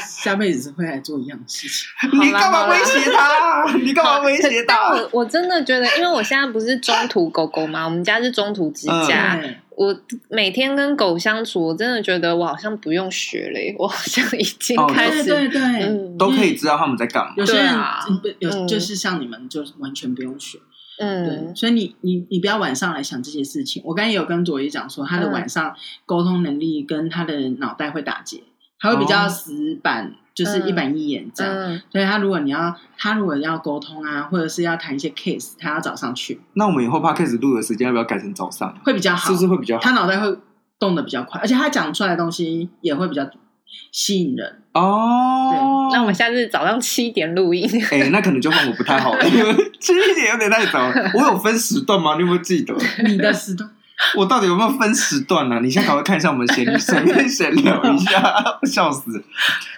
Speaker 3: 下辈子是会来做一样的事情。
Speaker 1: 你干嘛威胁他？啊 [laughs] 你干嘛威胁
Speaker 2: 但
Speaker 1: 他？啊
Speaker 2: 我我真的觉得，因为我现在不是中途狗狗嘛，我们家是中途之
Speaker 1: 嗯
Speaker 2: 家，
Speaker 3: 对，
Speaker 2: 我每天跟狗相处，我真的觉得我好像不用学了耶，我好像已经
Speaker 1: 哦
Speaker 2: 开
Speaker 3: 对
Speaker 2: 始、
Speaker 3: 对对，
Speaker 2: 嗯
Speaker 1: 都可以知道他们在干嘛。
Speaker 3: 有些
Speaker 2: 对
Speaker 3: 人
Speaker 2: 啊
Speaker 3: 嗯不有
Speaker 2: 嗯
Speaker 3: 就是像你们，就是完全不用学。对，
Speaker 2: 嗯
Speaker 3: 所以你你你不要晚上来想这些事情。我刚才也有跟左一讲说，他的
Speaker 2: 嗯
Speaker 3: 晚上沟通能力跟他的脑袋会打结，他会比较
Speaker 1: 哦
Speaker 3: 死板，就是
Speaker 2: 嗯
Speaker 3: 一板一眼这样。
Speaker 2: 嗯
Speaker 3: 所以他如果你要他如果要沟通啊，或者是要谈一些 case，他要早上去
Speaker 1: 那我们以后 podcast 录的时间要不要改成早上？
Speaker 3: 会比较好，
Speaker 1: 是不是会比较好
Speaker 3: 他？脑袋会动得比较快，而且他讲出来的东西也会比较吸引人。
Speaker 1: 哦，
Speaker 2: 那我们下次早上七点录音，
Speaker 1: 哎、那可能就换我不太好了，因为 [laughs] 七点有点太早了。我有分时段吗？你有没有记得？
Speaker 3: 你的
Speaker 1: [laughs]
Speaker 3: 时段，
Speaker 1: 我到底有没有分时段啊呢、你先赶快看一下我们闲随便闲聊一下， [laughs] 笑死！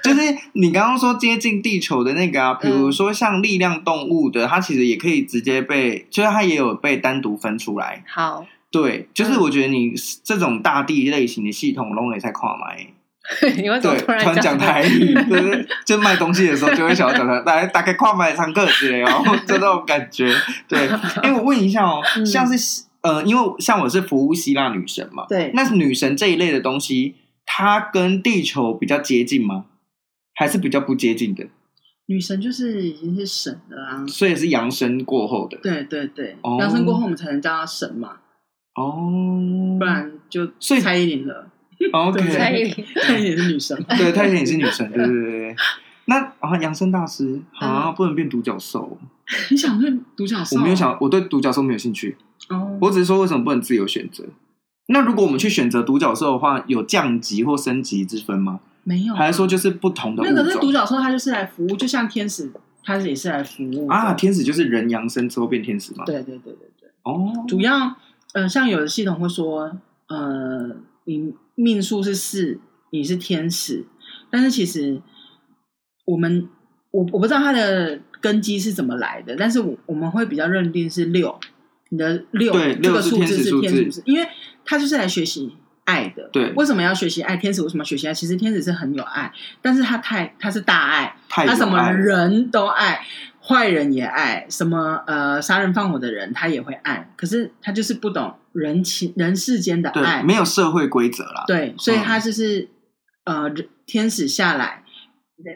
Speaker 1: 就是你刚刚说接近地球的那个啊，比如说像力量动物的，它其实也可以直接被，就是它也有被单独分出来。
Speaker 2: [laughs] 好，
Speaker 1: 对，就是
Speaker 2: 嗯
Speaker 1: 我觉得你这种大地类型的系统，龙也在跨买。
Speaker 2: [laughs] 你为什么
Speaker 1: 对，
Speaker 2: 突
Speaker 1: 突然讲
Speaker 2: 讲 [laughs]
Speaker 1: 台语， [laughs] 就是就卖东西的时候就会想要讲台，来打开跨买唱歌之类哦， [laughs] 就那种感觉。对，哎、我问一下哦，
Speaker 2: 嗯
Speaker 1: 像是呃，因为像我是服务希腊女神嘛，
Speaker 3: 对，
Speaker 1: 那女神这一类的东西，它跟地球比较接近吗？还是比较不接近的？
Speaker 3: 女神就是已经是神了啊。
Speaker 1: 所以是扬升过后的
Speaker 3: 对对对
Speaker 1: 哦，
Speaker 3: 养生过后我们才能叫她神嘛，
Speaker 1: 哦，
Speaker 3: 不然就
Speaker 1: 所以
Speaker 3: 蔡依林了。 [laughs]
Speaker 2: 蔡
Speaker 1: OK，
Speaker 2: 依林，
Speaker 1: [laughs]
Speaker 3: 蔡依林是女神嘛，
Speaker 1: 对，太监也是女神，对对对对。那啊，养生大师啊，
Speaker 3: 嗯
Speaker 1: 不能变独角兽。
Speaker 3: 你想对独角兽？
Speaker 1: 我没有想，我对独角兽没有兴趣。
Speaker 3: 哦，
Speaker 1: 我只是说，为什么不能自由选择？那如果我们去选择独角兽的话，有降级或升级之分吗？
Speaker 3: 没有啊，
Speaker 1: 还是说就是不同的
Speaker 3: 那可是
Speaker 1: 物
Speaker 3: 独
Speaker 1: 种
Speaker 3: 角兽，它就是来服务，就像天使，它也是来服务的
Speaker 1: 啊？天使就是人扬升之后变天使吗？，
Speaker 3: 对对对对对，
Speaker 1: 哦，
Speaker 3: 主要呃，像有的系统会说，呃，你命数是四，你是天使，但是其实我们我我不知道它的根基是怎么来的，但是我我们会比较认定是六，你的六
Speaker 1: 对
Speaker 3: 这
Speaker 1: 六
Speaker 3: 个
Speaker 1: 是
Speaker 3: 数
Speaker 1: 天
Speaker 3: 字
Speaker 1: 使
Speaker 3: 是
Speaker 1: 数
Speaker 3: 天
Speaker 1: 字
Speaker 3: 数字，因为它就是来学习。爱的，
Speaker 1: 对
Speaker 3: 为什么要学习爱？天使为什么要学习爱？其实天使是很有爱，但是他太他是大爱，
Speaker 1: 太
Speaker 3: 他
Speaker 1: 有
Speaker 3: 什么
Speaker 1: 爱了
Speaker 3: 人都爱，坏人也爱，什么呃杀人放火的人他也会爱，可是他就是不懂人情人世间的
Speaker 1: 对，
Speaker 3: 爱，
Speaker 1: 没有社会规则啦。
Speaker 3: 哎对，所以他就是、呃人天使下来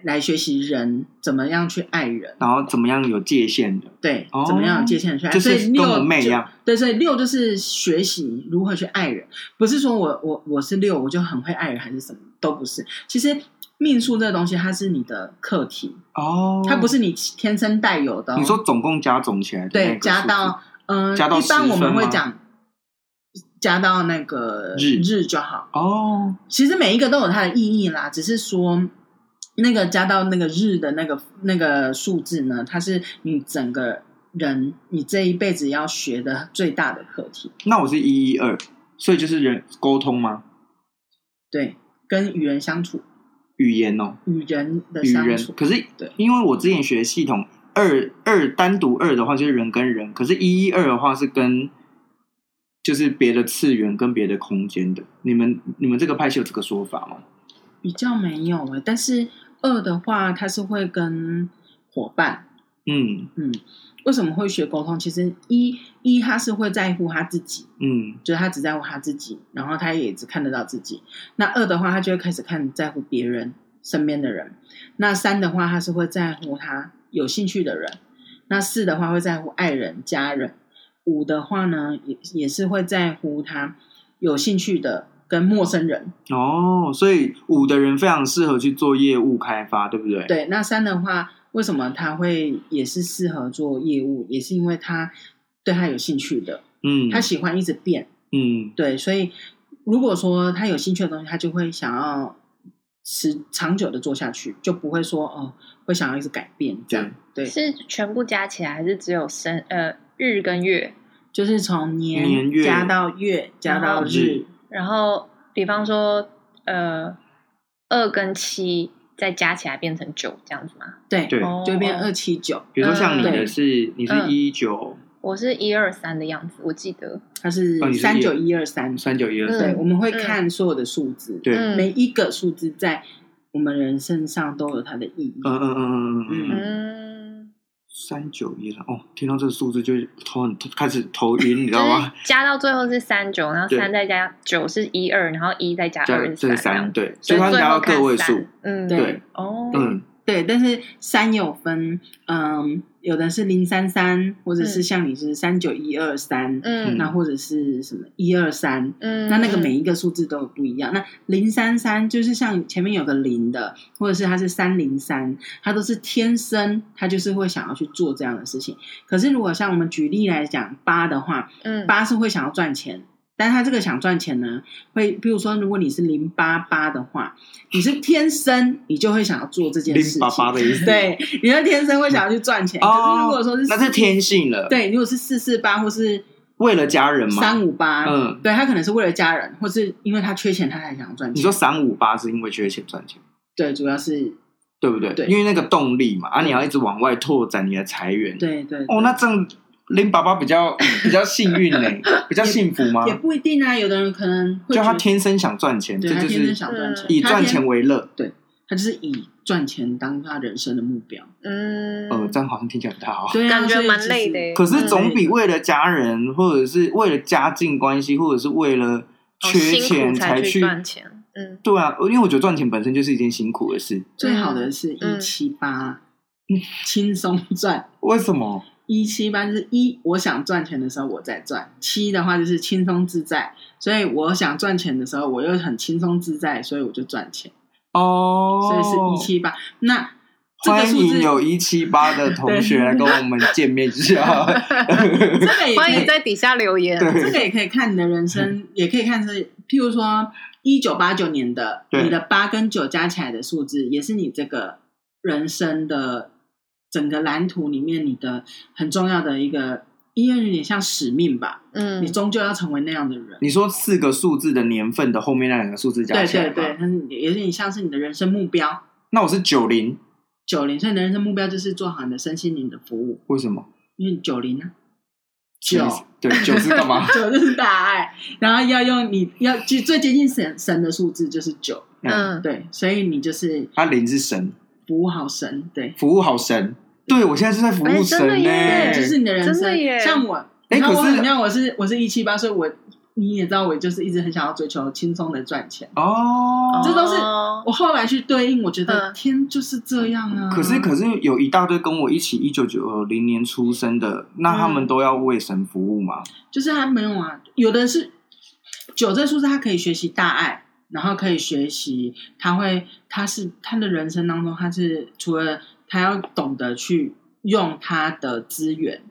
Speaker 3: 来学习人怎么样去爱人，
Speaker 1: 然后怎么样有界限的，
Speaker 3: 对，
Speaker 1: 哦
Speaker 3: 怎么样有界限的去爱，
Speaker 1: 就
Speaker 3: 所以
Speaker 1: 是跟
Speaker 3: 六
Speaker 1: 我妹一
Speaker 3: 就
Speaker 1: 样，
Speaker 3: 对，所以六就是学习如何去爱人，不是说我我我是六我就很会爱人还是什么都不是，其实命数这个东西它是你的课题，
Speaker 1: 哦，
Speaker 3: 它不是你天生带有的哦、
Speaker 1: 你说总共加总起来的那
Speaker 3: 对，
Speaker 1: 个
Speaker 3: 加
Speaker 1: 数
Speaker 3: 到嗯、呃
Speaker 1: 加到
Speaker 3: 一般
Speaker 1: 10
Speaker 3: 我们会
Speaker 1: 分吗
Speaker 3: 讲加到那个
Speaker 1: 日
Speaker 3: 日就好。
Speaker 1: 字哦，
Speaker 3: 其实每一个都有它的意义啦，只是说那个加到那个日的那个那个数字呢，它是你整个人你这一辈子要学的最大的课题。
Speaker 1: 那我是一一二，所以就是人沟通吗？
Speaker 3: 对，跟与人相处，
Speaker 1: 语言哦，
Speaker 3: 与人的
Speaker 1: 与
Speaker 3: 相
Speaker 1: 人
Speaker 3: 处。。
Speaker 1: 可是
Speaker 3: 对
Speaker 1: 因为我之前学系统二二单独二的话就是人跟人，可是一一二的话是跟就是别的次元跟别的空间的。你们你们这个派系有这个说法吗？
Speaker 3: 比较没有诶、但是二的话，它是会跟伙伴，
Speaker 1: 嗯
Speaker 3: 嗯，为什么会学沟通？其实一一他是会在乎他自己，
Speaker 1: 嗯
Speaker 3: 就是他只在乎他自己，然后他也只看得到自己。那二的话，他就会开始看在乎别人身边的人。那三的话，他是会在乎他有兴趣的人。那四的话，会在乎爱人、家人。五的话呢，也也是会在乎他有兴趣的跟陌生人。
Speaker 1: 哦，所以五的人非常适合去做业务开发，对不对？
Speaker 3: 对，那三的话，为什么他会也是适合做业务？也是因为他对他有兴趣的。
Speaker 1: 嗯，
Speaker 3: 他喜欢一直变，
Speaker 1: 嗯
Speaker 3: 对，所以如果说他有兴趣的东西，他就会想要持长久的做下去，就不会说哦会想要一直改变这样。对，
Speaker 2: 是全部加起来还是只有生呃日跟月？
Speaker 3: 就是从年
Speaker 1: 年月
Speaker 3: 加到月加到日
Speaker 1: 日，
Speaker 2: 然后比方说呃二跟七再加起来变成九这样子吗？
Speaker 3: 对，
Speaker 1: 对
Speaker 2: 哦
Speaker 3: 就会变二七九，
Speaker 1: 比如说像你的
Speaker 3: 嗯
Speaker 1: 是、你是
Speaker 2: 嗯
Speaker 1: 一九
Speaker 2: 我是一二三的样子，我记得。
Speaker 3: 它是
Speaker 1: 哦你是
Speaker 3: 三九
Speaker 1: 一
Speaker 3: 一二三。
Speaker 1: 三九一二
Speaker 3: 对，
Speaker 1: 三，
Speaker 3: 我们会看所有的数字，
Speaker 1: 对，嗯
Speaker 2: 嗯
Speaker 3: 每一个数字在我们人身上都有它的意义。
Speaker 1: 嗯嗯嗯嗯嗯嗯，
Speaker 3: 嗯
Speaker 2: 嗯，
Speaker 1: 三九一了哦，听到这个数字就头很开始头晕，你知
Speaker 2: 就
Speaker 1: 道
Speaker 2: 是
Speaker 3: [laughs]
Speaker 1: 吗？
Speaker 2: 加到最后是三九，然后
Speaker 1: 对
Speaker 2: 三再加九是一二，然后一再加
Speaker 1: 加
Speaker 2: 二
Speaker 1: 这是
Speaker 2: 三
Speaker 1: 三，
Speaker 3: 嗯
Speaker 1: 对，所以它
Speaker 2: 最
Speaker 1: 加
Speaker 2: 后
Speaker 1: 到
Speaker 2: 看
Speaker 1: 个位
Speaker 2: 三
Speaker 1: 数，。
Speaker 2: 嗯，
Speaker 3: 对
Speaker 1: 对，
Speaker 2: 哦，
Speaker 1: 嗯，
Speaker 3: 对，但是三有分，嗯，有的是零三三，或者是
Speaker 2: 嗯
Speaker 3: 像你是三九一二三，
Speaker 2: 嗯
Speaker 3: 那或者是什么一二三，
Speaker 2: 嗯，
Speaker 3: 那那个每
Speaker 2: 嗯
Speaker 3: 一个数字都有不一样。那零三三就是像前面有个零的，或者是它是三零三，它都是天生，它就是会想要去做这样的事情。可是如果像我们举例来讲八的话，
Speaker 2: 嗯
Speaker 3: 八是会想要赚钱，但他这个想赚钱呢，会比如说如果你是零八八的话，你是天生你就会想要做这件
Speaker 1: 零
Speaker 3: 事情，
Speaker 1: 八八的意思。
Speaker 3: [laughs] 对，你是天生会想要去赚钱。可是如果说是
Speaker 1: 哦那是天性了，，
Speaker 3: 对，如果是四四八或是
Speaker 1: 为了家人嘛，
Speaker 3: 三五八，
Speaker 1: 嗯，
Speaker 3: 对他可能是为了家人，或是因为他缺钱，他才想要赚
Speaker 1: 你
Speaker 3: 钱。
Speaker 1: 说三五八是因为缺钱赚钱，
Speaker 3: 对，主要是
Speaker 1: 对不对？
Speaker 3: 对嗯
Speaker 1: 因为那个动力嘛，啊，你要一直往外拓展你的财源。，
Speaker 3: 对对
Speaker 1: 哦，那这样林爸爸比较比较幸运呢，
Speaker 3: [laughs]
Speaker 1: 比较幸福吗
Speaker 3: 对？也不一定啊。有的人可能会
Speaker 1: 就他
Speaker 3: 觉得
Speaker 1: 天生想赚钱，
Speaker 3: 对
Speaker 1: 这
Speaker 3: 他
Speaker 1: 就
Speaker 3: 天生
Speaker 1: 是
Speaker 3: 想赚钱，
Speaker 1: 以
Speaker 3: 他
Speaker 1: 赚
Speaker 3: 天
Speaker 1: 钱，为乐。
Speaker 3: 他就是以赚钱当他人生的目标。
Speaker 2: 嗯，哦
Speaker 1: 呃，这样好像听起来不太好。
Speaker 3: 对啊，
Speaker 2: 感觉
Speaker 3: 所以
Speaker 2: 蛮
Speaker 3: 其实
Speaker 2: 累的耶欸
Speaker 1: 可是总比
Speaker 3: 嗯
Speaker 1: 为了家人，或者是为了家境关系，或者是为了
Speaker 2: 好
Speaker 1: 缺
Speaker 2: 辛苦
Speaker 1: 钱
Speaker 3: 哦
Speaker 2: 才
Speaker 1: 去。
Speaker 2: 赚钱，嗯，
Speaker 1: 对啊，因为我觉得赚钱本身就是一件辛苦的事。
Speaker 3: 最好的是一
Speaker 2: 嗯
Speaker 3: 七八，轻松赚。
Speaker 1: 为什么？
Speaker 3: 一七八就是一，我想赚钱的时候我在赚；七的话就是轻松自在，所以我想赚钱的时候我又很轻松自在，所以我就赚钱，
Speaker 1: 哦，
Speaker 3: 所以是一七八。那这个
Speaker 1: 欢
Speaker 3: 数
Speaker 1: 迎
Speaker 3: 字
Speaker 1: 有一七八的同学来跟我们见面一
Speaker 3: [laughs]
Speaker 1: 下。
Speaker 3: 这个也可
Speaker 2: 欢迎
Speaker 3: 以，
Speaker 2: 在底下留言，
Speaker 1: 对
Speaker 3: 这个也可以看你的人
Speaker 1: 嗯
Speaker 3: 生，也可以看是，譬如说一九八九年的
Speaker 1: 对
Speaker 3: 你的八跟九加起来的数字，也是你这个人生的整个蓝图里面你的很重要的一个，因为有点像使命吧，
Speaker 2: 嗯
Speaker 3: 你，终究要成为那样的人。
Speaker 1: 你说四个数字的年份的后面那两个数字加
Speaker 3: 对
Speaker 1: 起来
Speaker 3: 对
Speaker 1: 吗
Speaker 3: 对，它是也有点像是你的人生目标。
Speaker 1: 那我是九零，
Speaker 3: 九零，所以你的人生目标就是做好你的身心灵的服务，
Speaker 1: 为什么？
Speaker 3: 因为九零呢，九？
Speaker 1: 对九是干嘛
Speaker 3: [laughs] 九就是大爱，然后要用你要最最接近神神的数字就是九，
Speaker 1: 嗯，
Speaker 2: 嗯，
Speaker 3: 对，所以你就是
Speaker 1: 他零是神，
Speaker 3: 服务好神，对，
Speaker 1: 服务好神。对我现在是在服务神
Speaker 2: 哎真的
Speaker 1: 呢、
Speaker 2: 耶
Speaker 3: 就是你的人
Speaker 2: 真
Speaker 3: 生
Speaker 2: 的耶。
Speaker 3: 像我，你看
Speaker 1: 可
Speaker 3: 我
Speaker 1: 是
Speaker 3: 很像我是我是一七八，所以我你也知道，我就是一直很想要追求轻松的赚钱。
Speaker 1: 哦。
Speaker 3: 这都是
Speaker 2: 哦
Speaker 3: 我后来去对应，我觉得
Speaker 2: 嗯
Speaker 3: 天就是这样啊。
Speaker 1: 可是，可是有一大堆跟我一起一九九零年出生的，那他
Speaker 3: 嗯
Speaker 1: 们都要为神服务吗？
Speaker 3: 就是他没有啊，有的是九这数字，他可以学习大爱，然后可以学习，他会，他是他的人生当中，他是除了他要懂得去用他的资源，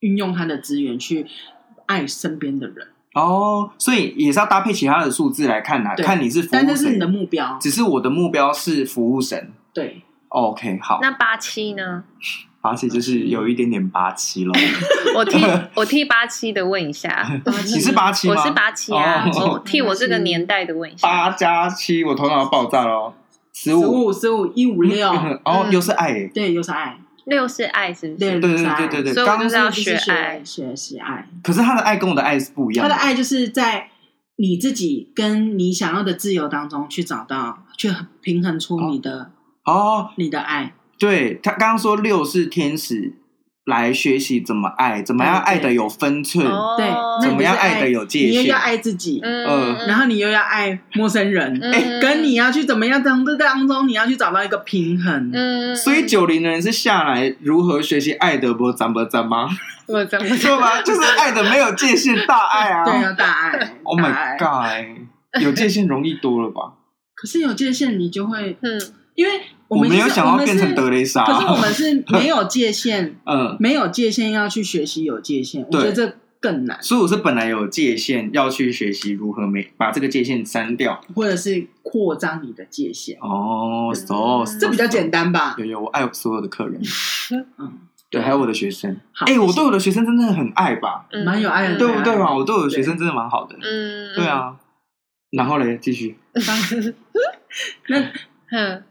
Speaker 3: 运用他的资源去爱身边的人，
Speaker 1: 哦，所以也是要搭配其他的数字来看啊，
Speaker 3: 对
Speaker 1: 看你是服
Speaker 3: 但这
Speaker 1: 务
Speaker 3: 是
Speaker 1: 谁
Speaker 3: 你的。目标，
Speaker 1: 只是我的目标是服务神。
Speaker 3: 对，
Speaker 1: OK，好，
Speaker 2: 那八七呢？
Speaker 1: 而且就是有一点点八七了。[laughs]
Speaker 2: 我替我替八七的问一下，
Speaker 1: 你是八七吗？
Speaker 2: 我是八七啊，
Speaker 1: 哦
Speaker 2: 我替我这个年代的问一下，
Speaker 1: 八加七，我头脑要爆炸喽！十
Speaker 3: 十
Speaker 1: 五，
Speaker 3: 五嗯十五一五六，
Speaker 1: [laughs] 哦，又是爱耶，
Speaker 3: 对，又是爱，
Speaker 2: 六是爱是不
Speaker 3: 对
Speaker 2: 是？
Speaker 1: 嗯对
Speaker 3: 又是
Speaker 1: 对
Speaker 3: 爱
Speaker 1: 对对
Speaker 2: 所
Speaker 1: 对。
Speaker 2: 以我
Speaker 1: 刚
Speaker 2: 就是要
Speaker 3: 就是
Speaker 2: 学爱，
Speaker 3: 学习爱，
Speaker 1: 可是他的爱跟我的爱是不一样
Speaker 3: 他的爱就是在你自己跟你想要的自由当中去找到，去平衡出你的、
Speaker 1: 哦。
Speaker 3: 你的爱。
Speaker 1: 对他刚刚说六是天使来学习怎么爱，怎么样爱的有分寸，
Speaker 2: 哦，
Speaker 3: 对，那
Speaker 1: 怎
Speaker 3: 你
Speaker 1: 么
Speaker 3: 就是
Speaker 1: 样
Speaker 3: 爱
Speaker 1: 爱的有界
Speaker 3: 你又
Speaker 1: 限。
Speaker 3: 要爱自己，
Speaker 2: 嗯，嗯
Speaker 3: 然后你又要爱陌生人，
Speaker 2: 嗯
Speaker 1: 哎
Speaker 3: 跟你要去怎么样当这当中，你要去找到一个平衡。
Speaker 2: 嗯，
Speaker 1: 所以九零的人是下来如何学习爱的不怎么怎吗？
Speaker 2: 我怎么
Speaker 1: 对
Speaker 3: [laughs]
Speaker 1: 吧？就是爱的没有界限，大爱啊！
Speaker 3: 对，要大爱
Speaker 1: [laughs] Oh
Speaker 3: 大
Speaker 1: my
Speaker 3: 爱
Speaker 1: god！有界限容易多了
Speaker 3: [laughs]
Speaker 1: 吧？
Speaker 3: 可是有界限，你就会，
Speaker 2: 嗯
Speaker 3: 因为
Speaker 1: 我
Speaker 3: 们
Speaker 1: 没有
Speaker 3: 就是
Speaker 1: 想要变成德，蕾
Speaker 3: 我
Speaker 1: 莎，
Speaker 3: 们是可是我们是没有界限，
Speaker 1: [laughs]
Speaker 3: [laughs]
Speaker 1: 嗯，
Speaker 3: 没有界限要去学习有界限，我觉得这更难，
Speaker 1: 所以我是本来有界限，要去学习如何没把这个界限删掉。
Speaker 3: 或者是扩张你的界限，
Speaker 1: 哦，so，
Speaker 2: 嗯
Speaker 3: 这比较简单吧
Speaker 1: 有？有，我爱所有的
Speaker 2: [laughs]
Speaker 1: 客人，
Speaker 3: 嗯，
Speaker 1: 对，啊还有我的学生。
Speaker 3: 好
Speaker 1: 哎，我对我的学生真的很爱吧？
Speaker 2: 嗯，
Speaker 3: 蛮有爱的
Speaker 1: 对不对
Speaker 3: 啊
Speaker 1: 嘛？我对我的学生真的蛮好的。啊
Speaker 2: 嗯，嗯
Speaker 1: 对，啊，然后嘞，继续。
Speaker 3: 那
Speaker 2: 嗯啊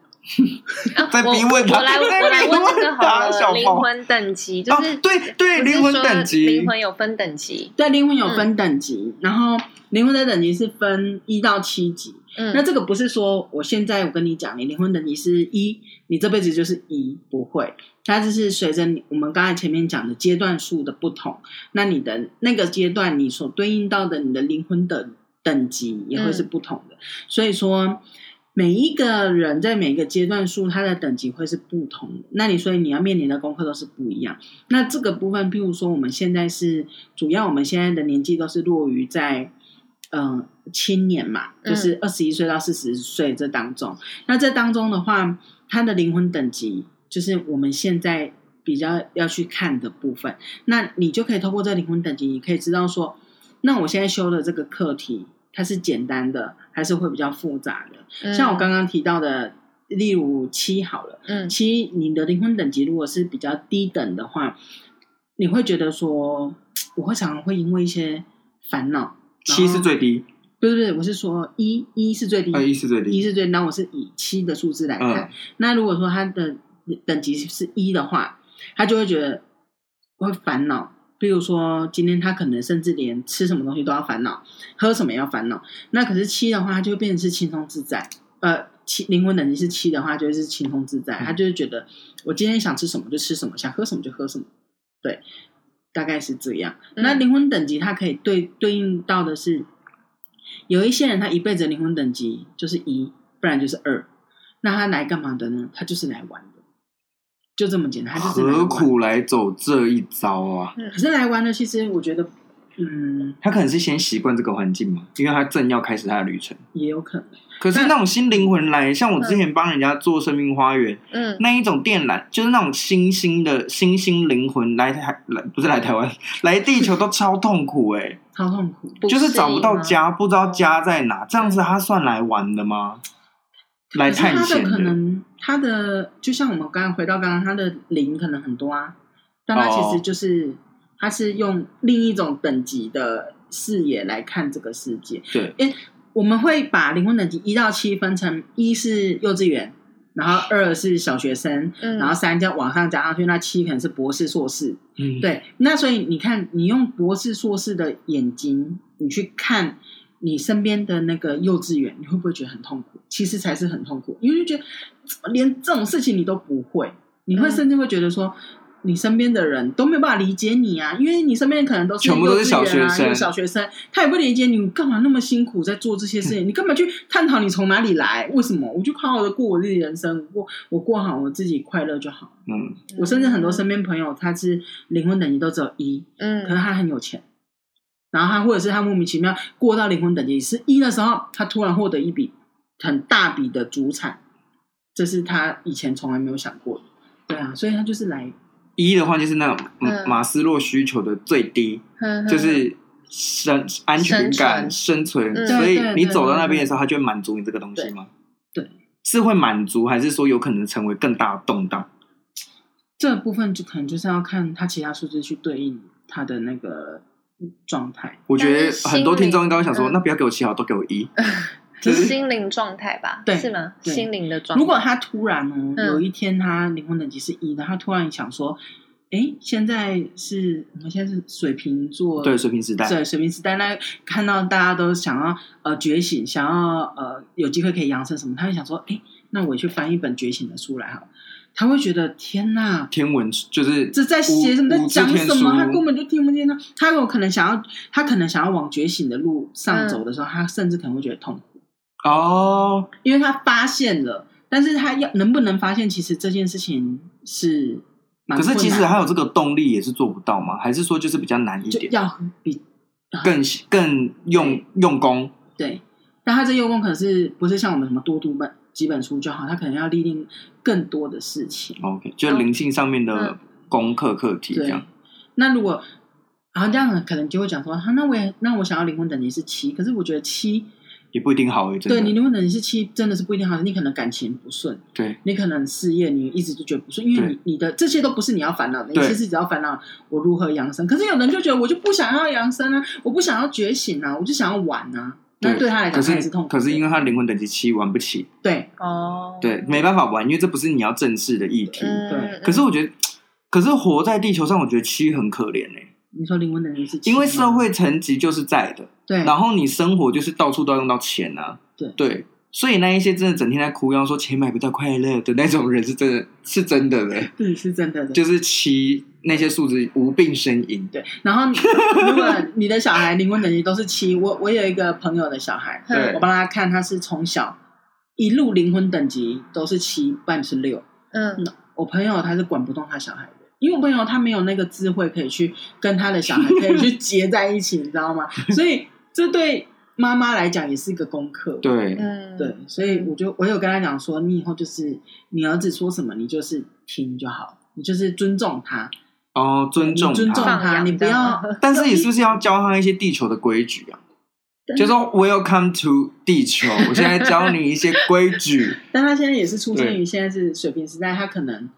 Speaker 1: 在
Speaker 2: 我
Speaker 1: 逼问他
Speaker 2: 我来，
Speaker 1: 在逼
Speaker 2: 我来问这个好
Speaker 1: 问他小
Speaker 2: 了，灵
Speaker 1: 猫
Speaker 2: 魂等级就是、
Speaker 1: 哦对对
Speaker 2: 不是
Speaker 1: 灵魂
Speaker 2: 说
Speaker 1: 等级
Speaker 2: 灵魂有分等级。
Speaker 3: 对，灵魂有
Speaker 2: 嗯
Speaker 3: 分等级，然后灵魂的等级是分一到七级。
Speaker 2: 嗯，
Speaker 3: 那这个不是说我现在我跟你讲，你灵魂等级是一，你这辈子就是一，不会。它就是随着你我们刚才前面讲的阶段数的不同，那你的那个阶段你所对应到的你的灵魂的等级也会是不同的。所以说，每一个人在每个阶段数，他的等级会是不同的。那你所以你要面临的功课都是不一样。那这个部分，譬如说我们现在是主要我们现在的年纪都是落于在嗯、呃青年嘛，
Speaker 2: 嗯
Speaker 3: 就是二十一岁到四十岁这当中。那这当中的话，他的灵魂等级就是我们现在比较要去看的部分。那你就可以透过这灵魂等级，你可以知道说，那我现在修的这个课题，它是简单的，还是会比较复杂的？像我刚刚提到的，例如七好了。
Speaker 2: 嗯
Speaker 3: 其实你的灵魂等级如果是比较低等的话，你会觉得说，我会常常会因为一些烦恼，
Speaker 1: 七是最低，
Speaker 3: 不是不是，我是说一一是
Speaker 2: 嗯
Speaker 3: 最低，
Speaker 1: 二一是最
Speaker 3: 一
Speaker 1: 低，
Speaker 3: 是最低，那我是以七的数字来看，
Speaker 1: 嗯
Speaker 3: 那如果说他的等级是一的话，他就会觉得会烦恼。比如说，今天他可能甚至连吃什么东西都要烦恼，喝什么也要烦恼。那可是七的话，他就会变成是轻松自在。呃，七灵魂等级是七的话，就会是轻松自在。
Speaker 1: 嗯
Speaker 3: 他就会觉得，我今天想吃什么就吃什么，想喝什么就喝什么。对，大概是这样。
Speaker 2: 嗯
Speaker 3: 那灵魂等级它可以对对应到的是，有一些人他一辈子的灵魂等级就是一，不然就是二。那他来干嘛的呢？他就是来玩的，就这么简单，他就是来
Speaker 1: 何
Speaker 3: 玩。
Speaker 1: 苦来走这一招啊？
Speaker 3: 可是来玩的，其实我觉得，嗯，
Speaker 1: 他可能是先习惯这个环境嘛，因为他正要开始他的旅程。
Speaker 3: 也有可能。
Speaker 1: 可是
Speaker 2: 嗯
Speaker 3: 那
Speaker 1: 那种新灵魂来，像我之前帮人家做生命花园
Speaker 2: 嗯
Speaker 1: 那一种电缆，就是那种新兴的新兴灵魂来台来不是来台湾来地球都超痛苦哎、
Speaker 3: [laughs] 超痛苦。
Speaker 2: 不
Speaker 1: 就是找不到
Speaker 2: 适应吗
Speaker 1: 家，不知道家在哪，这样子他算来玩的吗？来探
Speaker 3: 可是
Speaker 1: 险
Speaker 3: 他的可能他的就像我们刚刚回到刚刚，他的零可能很多啊，但他
Speaker 1: 哦
Speaker 3: 其实就是、他是用另一种等级的视野来看这个世界。
Speaker 1: 对，
Speaker 3: 我们会把灵魂等级一到七分成一是幼稚园，然后二是小学生，
Speaker 2: 嗯，
Speaker 3: 然后三加往上加上去，那七可能是博士、硕士。
Speaker 1: 嗯，
Speaker 3: 对，那所以你看，你用博士、硕士的眼睛，你去看你身边的那个幼稚园，你会不会觉得很痛苦？其实才是很痛苦，因为就觉得怎么连这种事情你都不会，你会
Speaker 2: 嗯
Speaker 3: 甚至会觉得说。你身边的人都没有办法理解你啊，因为你身边可能都是
Speaker 1: 全部都是
Speaker 3: 幼稚园
Speaker 1: 小学
Speaker 3: 啊
Speaker 1: 生
Speaker 3: 有小学生，他也不理解你，你干嘛那么辛苦在做这些事情？你干嘛去探讨你从哪里来？为什么？我就好好的过我自己人生，过我过好我自己快乐就好。
Speaker 1: 嗯，
Speaker 3: 我甚至很多身边朋友，他是灵魂等级都只有一，可是
Speaker 2: 嗯
Speaker 3: 他很有钱，然后他或者是他莫名其妙过到灵魂等级是一的时候，他突然获得一笔很大笔的主产，这是他以前从来没有想过的。对啊，所以他就是来
Speaker 1: 一的话就是那种嗯
Speaker 2: 嗯
Speaker 1: 马斯洛需求的最低，
Speaker 2: 嗯，
Speaker 1: 就是生安全感、生存，
Speaker 2: 嗯
Speaker 1: 所以
Speaker 3: 对对
Speaker 1: 你走到那边的时候，他就会满足你这个东西吗？
Speaker 3: 对对，
Speaker 1: 是会满足，还是说有可能成为更大的动荡？
Speaker 3: 这部分，就可能就是要看他其他数字去对应他的那个状态。
Speaker 1: 我觉
Speaker 2: 但
Speaker 1: 得
Speaker 2: 是心
Speaker 1: 很多听众应该会想说，
Speaker 2: 灵嗯
Speaker 1: 那不要给我七好，都给我一。
Speaker 2: 嗯心灵状态吧，
Speaker 3: 对
Speaker 2: 是吗？
Speaker 3: 对
Speaker 2: 心灵的状态。
Speaker 3: 如果他突然哦，
Speaker 2: 嗯
Speaker 3: 有一天他灵魂等级是一，然后他突然想说，哎，现在是我们现在是水瓶座，
Speaker 1: 对，水平时代，
Speaker 3: 对，水瓶时代，那看到大家都想要呃觉醒，想要呃有机会可以扬升什么，他会想说，哎，那我也去翻一本觉醒的书来好了，他会觉得天哪，
Speaker 1: 天文就是
Speaker 3: 这在写什么，在
Speaker 1: 武
Speaker 3: 讲什么，他根
Speaker 1: 武
Speaker 3: 本就听不见他。他有可能想要，他可能想要往觉醒的路上走的
Speaker 1: 嗯
Speaker 3: 时候，他甚至可能会觉得痛苦，
Speaker 1: 哦，
Speaker 3: 因为他发现了，但是他要能不能发现，其实这件事情是蛮
Speaker 1: 可是
Speaker 3: 困
Speaker 1: 即使
Speaker 3: 难
Speaker 1: 他有这个动力，也是做不到吗？还是说就是比较难一
Speaker 3: 就
Speaker 1: 点，
Speaker 3: 要比
Speaker 1: 更更用用功？
Speaker 3: 对，但他这用功可是不是像我们什么多读本几本书就好，他可能要历练更多的事情。
Speaker 1: OK，就是灵性上面的
Speaker 2: 嗯
Speaker 1: 功课课题这
Speaker 3: 对
Speaker 1: 样。，
Speaker 3: 那如果然后这样可能就会讲说，啊，那我也那我想要灵魂等级是七，可是我觉得七，
Speaker 1: 也不一定好诶，真的。
Speaker 3: 对你灵魂等级是七真的是不一定好，你可能感情不顺，
Speaker 1: 对
Speaker 3: 你可能事业你一直就觉得不顺，因为
Speaker 1: 对
Speaker 3: 你你的这些都不是你要烦恼的，你
Speaker 1: 对
Speaker 3: 其实只要烦恼我如何扬升。可是有人就觉得我就不想要扬升啊，我不想要觉醒啊，我就想要玩啊。那对他来
Speaker 1: 可
Speaker 3: 讲他也
Speaker 1: 是
Speaker 3: 是痛苦的。
Speaker 1: 可是因为他灵魂等级七玩不起，
Speaker 3: 对
Speaker 2: 哦，
Speaker 1: 对，没办法玩，因为这不是你要正视的议题。
Speaker 2: 嗯，
Speaker 3: 对
Speaker 1: 可是我觉得，可是活在地球上，我觉得七很可怜哎、
Speaker 3: 你说灵魂等级是七
Speaker 1: 因为社
Speaker 3: 吗
Speaker 1: 会层级就是在的，
Speaker 3: 对
Speaker 1: 然后你生活就是到处都要用到钱啊，
Speaker 3: 嗯对
Speaker 1: 所以那一些真的整天在哭腰说钱买不到快乐的那种人是真的 [laughs] 是真的嘞，
Speaker 3: 对嗯是真的的。
Speaker 1: 就是其那些数字无病呻吟。
Speaker 3: 对，然后你如果你的小孩灵魂等级都是七，我我有一个朋友的小孩，
Speaker 2: 嗯
Speaker 1: 对
Speaker 3: 我帮他看，他是从小一路灵魂等级都是七，半是六。
Speaker 2: 嗯
Speaker 3: 我朋友他是管不动他小孩的，因为我朋友他没有那个智慧可以去跟他的小孩可以
Speaker 1: [laughs]
Speaker 3: 去结在一起，你知道吗？所以这对妈妈来讲也是一个功课。
Speaker 1: 对，
Speaker 2: 嗯，
Speaker 3: 对，所以我就我有跟他讲说，你以后就是你儿子说什么，你就是听就好，你就是尊重他，
Speaker 1: 哦，尊重
Speaker 3: 你尊重
Speaker 1: 他，
Speaker 2: 放
Speaker 3: 他，
Speaker 2: 养
Speaker 3: 你不
Speaker 2: 这
Speaker 3: 要
Speaker 2: 样。
Speaker 1: 但是你是不是要教他一些地球的规矩啊？就说 Welcome to 地
Speaker 3: [laughs]
Speaker 1: 球，我现在教你一些规矩。
Speaker 3: 但他现在也是出生
Speaker 1: 对
Speaker 3: 于现在是水平时代，他可能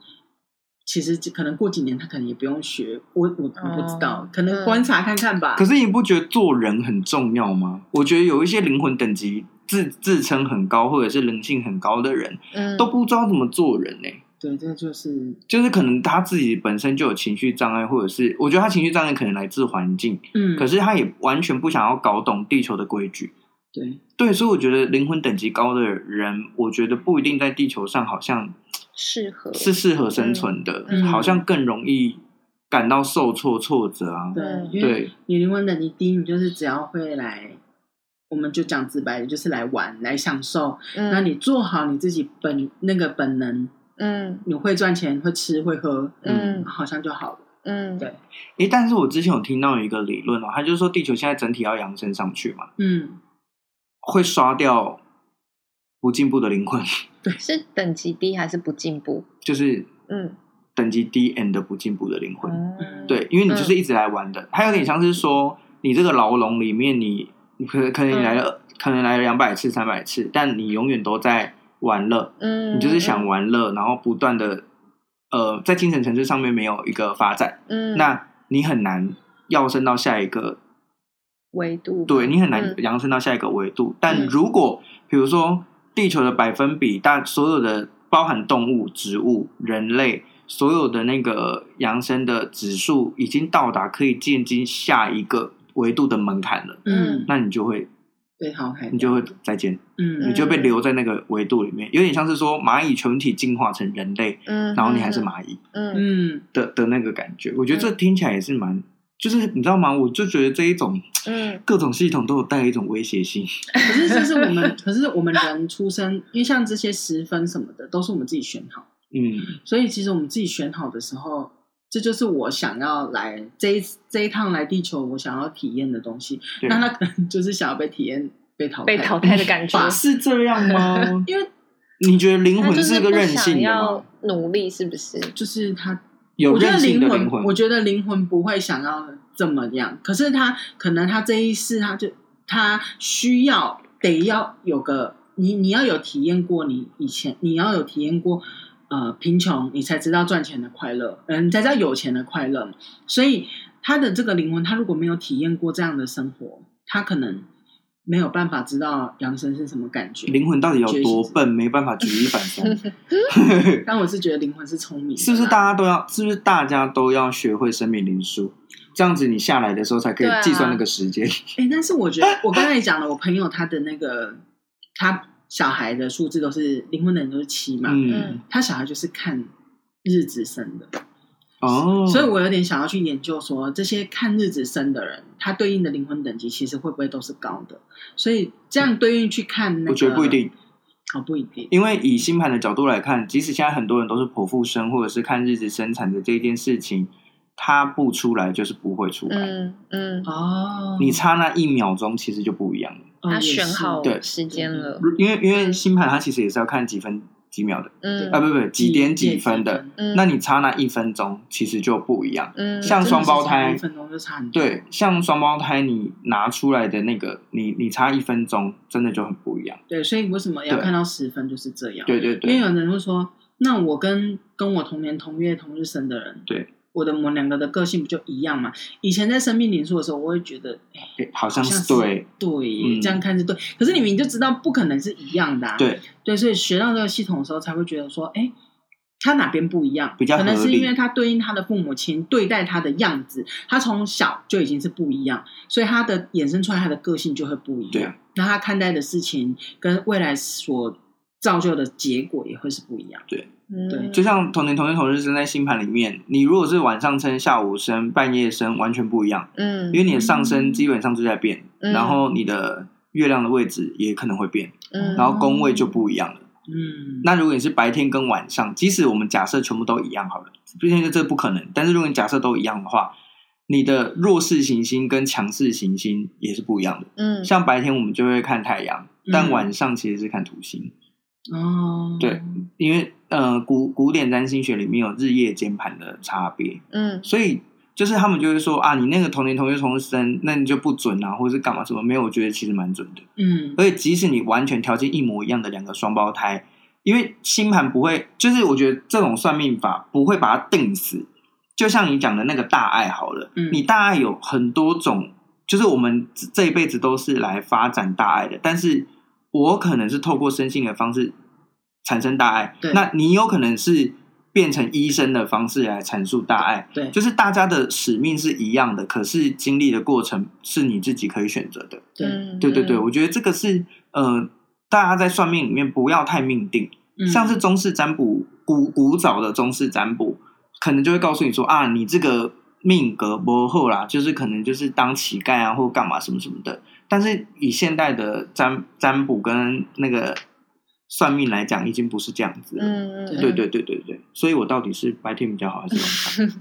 Speaker 3: 其实可能过几年他可能也不用学，我我我不知道，
Speaker 2: 哦
Speaker 3: 可能观察看看吧。
Speaker 1: 可是你不觉得做人很重要吗？我觉得有一些灵魂等级自自称很高或者是灵性很高的人，
Speaker 2: 嗯
Speaker 1: 都不知道怎么做人呢、
Speaker 3: 对，这就是
Speaker 1: 就是可能他自己本身就有情绪障碍，或者是我觉得他情绪障碍可能来自环境，
Speaker 3: 嗯，
Speaker 1: 可是他也完全不想要搞懂地球的规矩。
Speaker 3: 对
Speaker 1: 对，所以我觉得灵魂等级高的人，我觉得不一定在地球上好像
Speaker 2: 适合
Speaker 1: 是适合生存的，
Speaker 2: 嗯
Speaker 1: 好像更容易感到受挫、挫折啊。
Speaker 3: 对
Speaker 2: 嗯，
Speaker 3: 因为
Speaker 1: 对
Speaker 3: 你灵魂等级低，你就是只要会来，我们就讲直白的，就是来玩来享受。
Speaker 2: 嗯
Speaker 3: 那你做好你自己本那个本能，
Speaker 2: 嗯
Speaker 3: 你会赚钱，会吃会喝，
Speaker 2: 嗯
Speaker 3: 好像就好了。
Speaker 2: 嗯
Speaker 3: 对
Speaker 1: 诶，但是我之前有听到一个理论哦，他就是说地球现在整体要扬升上去嘛，
Speaker 3: 嗯，
Speaker 1: 会刷掉不进步的灵魂， [laughs]
Speaker 2: 是等级低还是不进步？
Speaker 1: 就是
Speaker 2: 嗯，
Speaker 1: 等级低 and 不进步的灵魂。
Speaker 2: 哦
Speaker 1: 对，因为你就是一直来玩的，它有点像是说你这个牢笼里面你，你可可能你来
Speaker 2: 嗯
Speaker 1: 了，可能来了两百次、三百次，但你永远都在玩乐，
Speaker 2: 嗯，
Speaker 1: 你就是想玩乐，然后不断的呃，在精神层次上面没有一个发展，
Speaker 2: 嗯，嗯
Speaker 1: 那你很难跃升到下一个，
Speaker 2: 维度
Speaker 1: 对你很难
Speaker 2: 嗯
Speaker 1: 扬升到下一个维度。但
Speaker 2: 嗯
Speaker 1: 如果比如说地球的百分比，大所有的包含动物、植物、人类。所有的那个扬升的指数已经到达可以进军下一个维度的门槛了，
Speaker 3: 嗯，
Speaker 1: 那你就会
Speaker 3: 被淘汰掉，
Speaker 1: 你就会再见，
Speaker 3: 嗯
Speaker 1: 你就被留在那个维度里面，有点像是说蚂蚁群体进化成人类，
Speaker 2: 嗯，
Speaker 1: 然后你还是蚂蚁
Speaker 2: 嗯，嗯
Speaker 3: 嗯
Speaker 1: 的的那个感觉。我觉得这听起来也是蛮，就是你知道吗？我就觉得这一种
Speaker 2: 嗯
Speaker 1: 各种系统都有带一种威胁性。
Speaker 3: 可是这是我们， [laughs] 可是我们人出生，因为像这些十分什么的，都是我们自己选好。
Speaker 1: 嗯，
Speaker 3: 所以其实我们自己选好的时候，这就是我想要来这一这一趟来地球，我想要体验的东西。
Speaker 1: 对
Speaker 3: 那他可能就是想要被体验被淘汰，？
Speaker 2: 被淘
Speaker 1: 嗯
Speaker 2: 汰的感觉，
Speaker 1: 是这样吗
Speaker 3: [laughs] 因为
Speaker 1: 你觉得灵
Speaker 2: 他
Speaker 1: 魂
Speaker 2: 就是
Speaker 1: 个
Speaker 2: 不
Speaker 1: 任
Speaker 2: 想
Speaker 1: 性的吗
Speaker 2: 要？努力是不是？
Speaker 3: 就是他，
Speaker 1: 有
Speaker 3: 我觉
Speaker 1: 任
Speaker 3: 得
Speaker 1: 性
Speaker 3: 灵
Speaker 1: 的
Speaker 3: 魂，
Speaker 1: 灵魂，
Speaker 3: 我觉得灵魂不会想要这么样。可是他可能他这一世，他就他需要得要有个你，你要有体验过你以前，你要有体验过呃贫穷，你才知道赚钱的快乐，嗯、你才知道有钱的快乐嘛。所以他的这个灵魂，他如果没有体验过这样的生活，他可能没有办法知道扬生是什么感觉。
Speaker 1: 灵魂到底有多笨，没办法举一反
Speaker 3: [laughs]
Speaker 1: 三。
Speaker 3: 但我是觉得灵魂是聪明的啦，
Speaker 1: 是不是大家都要？是不是大家都要学会生命灵数？这样子你下来的时候才可以
Speaker 2: 对啊
Speaker 1: 计算那个时间。
Speaker 3: 哎、但是我觉得我刚才也讲了，我朋友他的那个他小孩的数字都是灵魂的人都是七嘛，
Speaker 1: 嗯
Speaker 2: 嗯，
Speaker 3: 他小孩就是看日子生的，
Speaker 1: 哦，
Speaker 3: 所以我有点想要去研究说这些看日子生的人，他对应的灵魂等级其实会不会都是高的？所以这样对应去看那个，
Speaker 1: 我觉得不一定，
Speaker 3: 哦，不一定，
Speaker 1: 因为以星盘的角度来看，即使现在很多人都是剖腹生或者是看日子生产的这一件事情，它不出来就是不会出来。
Speaker 2: 嗯嗯，
Speaker 1: 啊
Speaker 3: 哦，
Speaker 1: 你差那一秒钟，其实就不一样了。
Speaker 3: 哦
Speaker 2: 他
Speaker 3: 也是
Speaker 2: 选好
Speaker 1: 对嗯
Speaker 2: 时间了，
Speaker 1: 因为因为星盘它其实也是要看几分几秒的，
Speaker 2: 嗯
Speaker 1: 啊不不几点几分的，，
Speaker 2: 嗯，
Speaker 1: 那你差那一分钟，其实就不一样。
Speaker 2: 嗯
Speaker 1: 像
Speaker 3: 呃真的是
Speaker 1: 双胞
Speaker 3: 差
Speaker 1: 胎
Speaker 3: 一分钟就差很多，
Speaker 1: 对，像双胞胎，你拿出来的那个，你你差一分钟，真的就很不一样。
Speaker 3: 对，所以为什么要
Speaker 1: 对
Speaker 3: 看到十分就是这样？
Speaker 1: 对对
Speaker 3: 因为
Speaker 1: 对，
Speaker 3: 有人会说，那我跟跟我同年同月同日生的人，
Speaker 1: 对，
Speaker 3: 我的我们两个的个性不就一样嘛？以前在生命灵数的时候，我会觉得，哎、
Speaker 1: 对好
Speaker 3: 好
Speaker 1: 像
Speaker 3: 像
Speaker 1: 是
Speaker 3: 是
Speaker 1: 对
Speaker 3: 对，
Speaker 1: 嗯
Speaker 3: 这样看是对。可是你明明就知道不可能是一样的、啊，
Speaker 1: 对，
Speaker 3: 对，所以学到这个系统的时候，才会觉得说，哎，他哪边不一样？
Speaker 1: 比较
Speaker 3: 可能
Speaker 1: 合
Speaker 3: 是
Speaker 1: 理
Speaker 3: 因为他对应他的父母亲对待他的样子，他从小就已经是不一样，所以他的衍生出来他的个性就会不一
Speaker 1: 对
Speaker 3: 样。那他看待的事情跟未来所造就的结果也会是不一样。
Speaker 2: 嗯
Speaker 3: 对
Speaker 1: 就像同年同月同日生在星盘里面，你如果是晚上生、下午生、半夜生，完全不一样，
Speaker 2: 嗯，
Speaker 1: 因为你的上升基本上就在变，
Speaker 2: 嗯
Speaker 1: 然后你的月亮的位置也可能会变，
Speaker 2: 嗯
Speaker 1: 然后宫位就不一样了。
Speaker 3: 嗯，
Speaker 1: 那如果你是白天跟晚上，即使我们假设全部都一样好了，毕竟这不可能。但是如果你假设都一样的话，你的弱势行星跟强势行星也是不一样的。
Speaker 2: 嗯
Speaker 1: 像白天我们就会看太阳，但
Speaker 3: 嗯
Speaker 1: 晚上其实是看土星，
Speaker 3: 哦，
Speaker 1: 对因为呃古古典占星学里面有日夜间盘的差别，
Speaker 2: 嗯
Speaker 1: 所以就是他们就会说啊，你那个同年同月同日生，那你就不准啊，或者是干嘛什么？没有，我觉得其实蛮准的。
Speaker 3: 嗯，
Speaker 1: 而且即使你完全条件一模一样的两个双胞胎，因为星盘不会，就是我觉得这种算命法不会把它定死。就像你讲的那个大爱好了，
Speaker 3: 嗯
Speaker 1: 你大爱有很多种，就是我们这一辈子都是来发展大爱的，但是我可能是透过身心的方式产生大爱
Speaker 3: 对，
Speaker 1: 那你有可能是变成医生的方式来阐述大爱，
Speaker 3: 对
Speaker 1: 就是大家的使命是一样的，可是经历的过程是你自己可以选择的。
Speaker 3: 对，
Speaker 1: 对对对，
Speaker 2: 嗯
Speaker 1: 我觉得这个是呃，大家在算命里面不要太命定，
Speaker 3: 嗯
Speaker 1: 像是中式占卜，古古早的中式占卜，可能就会告诉你说啊，你这个命格不厚啦，就是可能就是当乞丐啊或干嘛什么什么的。但是以现代的占占卜跟那个算命来讲，已经不是这样子了。
Speaker 2: 嗯，嗯
Speaker 1: 对对对对对，所以我到底是白天比较好还是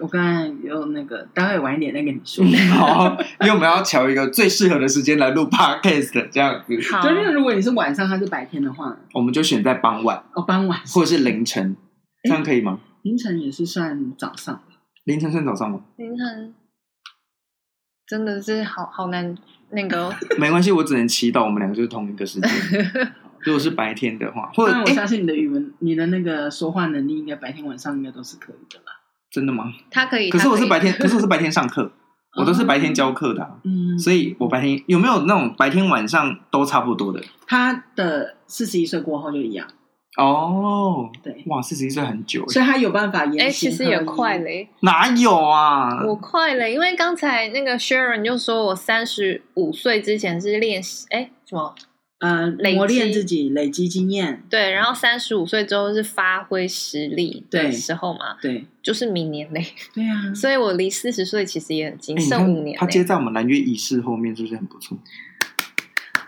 Speaker 3: 我刚才有那个，待会晚一点再跟你说。
Speaker 1: 晚上？ [laughs] 好，因为我们要调一个最适合的时间来录 podcast，这样子，
Speaker 2: 好，
Speaker 3: [laughs] 就是如果你是晚上，他是白天的话呢，
Speaker 1: 我们就选在傍晚。
Speaker 3: 哦，傍晚
Speaker 1: 或者是凌晨，这样可以吗？
Speaker 3: 凌晨也是算早上。
Speaker 1: 凌晨算早
Speaker 2: [laughs]
Speaker 1: 上吗？
Speaker 2: 凌晨真的是好好难那个哦
Speaker 1: 没关系，我只能祈祷我们两个就是同一个
Speaker 2: [laughs]
Speaker 1: 时间。如果是白天的话，或者
Speaker 3: 但我
Speaker 1: 诶
Speaker 3: 相信你的语文、你的那个说话能力，应该白天晚上应该都是可以的啦。
Speaker 1: 真的吗？
Speaker 2: 他可以，
Speaker 1: 可是
Speaker 2: 他
Speaker 1: 我是
Speaker 2: 以
Speaker 1: 白天，可是我是白天上
Speaker 2: [laughs]
Speaker 1: 课，我都是白天教课的啊、
Speaker 2: 哦
Speaker 3: 嗯，
Speaker 1: 所以我白天有没有那种白天晚上都差不多的？
Speaker 3: 他的四十一岁过后就一样，
Speaker 1: 哦，
Speaker 3: 对，
Speaker 1: 哇，四十一岁很久耶，
Speaker 3: 所以他有办法
Speaker 2: 哎、
Speaker 3: 言
Speaker 2: 其
Speaker 3: 行
Speaker 2: 实
Speaker 3: 合一。
Speaker 2: 也快嘞，
Speaker 1: 哪有啊？
Speaker 2: 我快了，因为刚才那个 Sharon 就说我三十五岁之前是练习，哎、什么？
Speaker 3: 呃，
Speaker 2: 累积
Speaker 3: 磨练自己，累积经验。
Speaker 2: 对，然后三十五岁之后是发挥实力的
Speaker 3: 对
Speaker 2: 时候嘛，
Speaker 3: 对，
Speaker 2: 就是明年嘞，
Speaker 3: 对
Speaker 2: [laughs]
Speaker 3: 啊，
Speaker 2: 所以我离四十岁其实也很近，
Speaker 1: 哎诶你
Speaker 2: 剩五
Speaker 1: 看
Speaker 2: 年
Speaker 1: 他接
Speaker 2: 嘞。
Speaker 1: 在我们蓝月仪式后面，是不是很不错？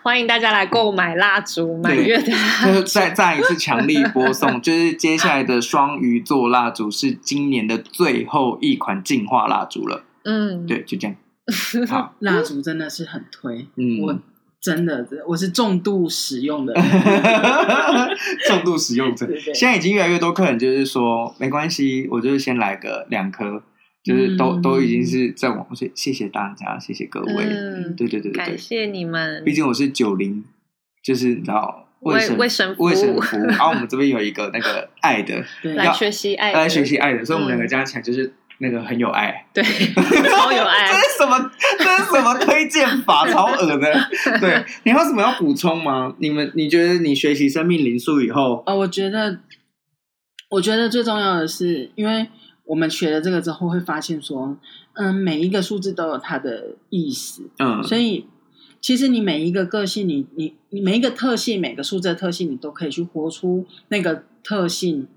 Speaker 2: 欢迎大家来购买蜡烛，满
Speaker 1: 对
Speaker 2: 月的 [laughs] 蜡
Speaker 1: 就是再再一次强力播送，就是接下来的双鱼座蜡烛是今年的最后一款进化蜡烛了。
Speaker 2: 嗯，
Speaker 1: 对，就这样。好，
Speaker 3: 蜡烛真的是很推，
Speaker 1: 嗯，
Speaker 3: 我真的我是重度使用的人。
Speaker 1: [laughs] 重度使用者
Speaker 3: 对对。对
Speaker 1: 现在已经越来越多客人就是说，没关系，我就是先来个两颗，就是都、
Speaker 3: 嗯
Speaker 1: 都已经是在网，所以谢谢大家，谢谢各位。
Speaker 2: 嗯，
Speaker 1: 对对对对
Speaker 2: 感
Speaker 1: 对，
Speaker 2: 谢你们，
Speaker 1: 毕竟我是九零，就是你知道
Speaker 2: 为
Speaker 1: 神
Speaker 2: 为神服务
Speaker 1: 卫生服务，然后我们这边有一个那个爱的，
Speaker 3: 对，
Speaker 2: 来
Speaker 1: 要
Speaker 2: 学习爱，
Speaker 1: 来学习，爱的，所以我们
Speaker 2: 嗯
Speaker 1: 两个加起来就是那个很有爱。
Speaker 3: [laughs]
Speaker 1: [laughs]
Speaker 2: 对，超有
Speaker 1: 这
Speaker 2: 爱。
Speaker 1: 是什么？这是什么推荐法？超恶的。对，你还有什么要补充吗？你们，你觉得你学习生命灵数以后，
Speaker 3: 呃，我觉得，我觉得最重要的是，因为我们学了这个之后，会发现说，嗯，每一个数字都有它的意思，
Speaker 1: 嗯，
Speaker 3: 所以其实你每一个个性，你你你每一个特性，每个数字的特性，你都可以去活出那个特性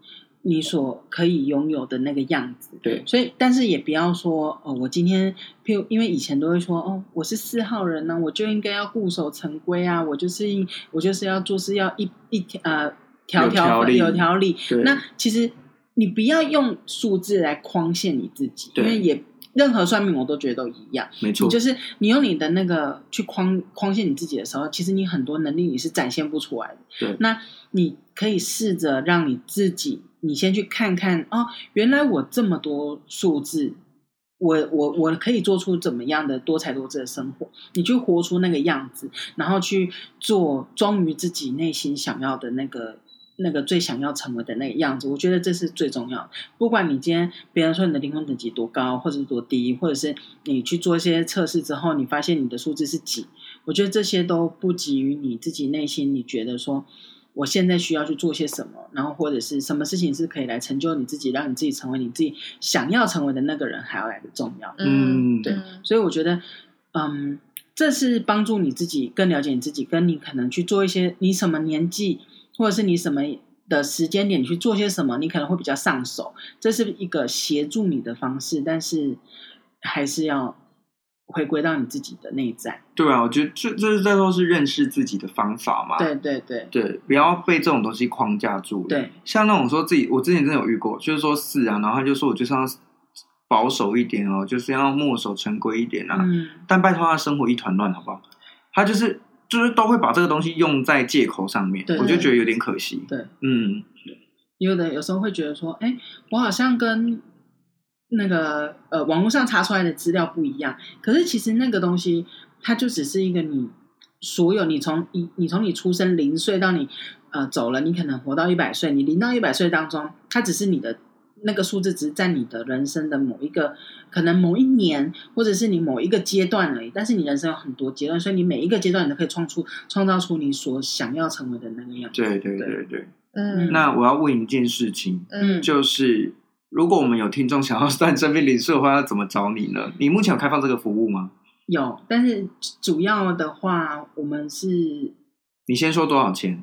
Speaker 3: 你所可以拥有的那个样子。
Speaker 1: 对，
Speaker 3: 所以，但是也不要说哦，我今天，譬如因为以前都会说哦，我是四号人呢、我就应该要固守成规啊，我就是一我就是要做事要一一呃条
Speaker 1: 有条
Speaker 3: 条
Speaker 1: 理
Speaker 3: 有条理。
Speaker 1: 对，
Speaker 3: 那其实你不要用数字来框限你自己，
Speaker 1: 对
Speaker 3: 因为也任何算命我都觉得都一样，
Speaker 1: 没错
Speaker 3: 你，就是你用你的那个去框框限你自己的时候，其实你很多能力你是展现不出来的。
Speaker 1: 对
Speaker 3: 那你可以试着让你自己，你先去看看哦，原来我这么多数字，我我我可以做出怎么样的多才多姿的生活？你去活出那个样子，然后去做忠于自己内心想要的那个那个最想要成为的那个样子。我觉得这是最重要的。不管你今天别人说你的灵魂等级多高，或者是多低，或者是你去做一些测试之后，你发现你的数字是几，我觉得这些都不及于你自己内心，你觉得说我现在需要去做些什么，然后或者是什么事情是可以来成就你自己，让你自己成为你自己想要成为的那个人，还要来的重要。
Speaker 1: 嗯
Speaker 2: 对，
Speaker 3: 所以我觉得，嗯，这是帮助你自己更了解你自己，跟你可能去做一些你什么年纪，或者是你什么的时间点你去做些什么，你可能会比较上手。这是一个协助你的方式，但是还是要回归到你自己的内在。
Speaker 1: 对啊，我觉得这这这都是认识自己的方法嘛。
Speaker 3: 对对对
Speaker 1: 对，不要被这种东西框架住。，
Speaker 3: 对，
Speaker 1: 像那种说自己，我之前真的有遇过，就是说是啊，然后他就说我就是要保守一点哦，就是要墨守成规一点啊。
Speaker 3: 嗯，
Speaker 1: 但拜托他的生活一团乱，好不好？他就是就是都会把这个东西用在借口上面，
Speaker 3: 对
Speaker 1: 我就觉得有点可惜。
Speaker 3: 对，
Speaker 1: 嗯，
Speaker 3: 有的有时候会觉得说，哎，我好像跟那个呃网络上查出来的资料不一样，可是其实那个东西它就只是一个你所有你从你你从你出生零岁到你呃走了，你可能活到一百岁，你零到一百岁当中，它只是你的。那个数字只是在你的人生的某一个，可能某一年，或者是你某一个阶段而已。但是你人生有很多阶段，所以你每一个阶段你都可以创出创造出你所想要成为的那个样子。
Speaker 1: 对对对对。
Speaker 2: 嗯
Speaker 1: 那我要问一件事情，
Speaker 2: 嗯
Speaker 1: 就是如果我们有听众想要算生命灵数的话，要怎么找你呢？你目前有开放这个服务吗？
Speaker 3: 有，但是主要的话，我们是
Speaker 1: 你先说多少钱？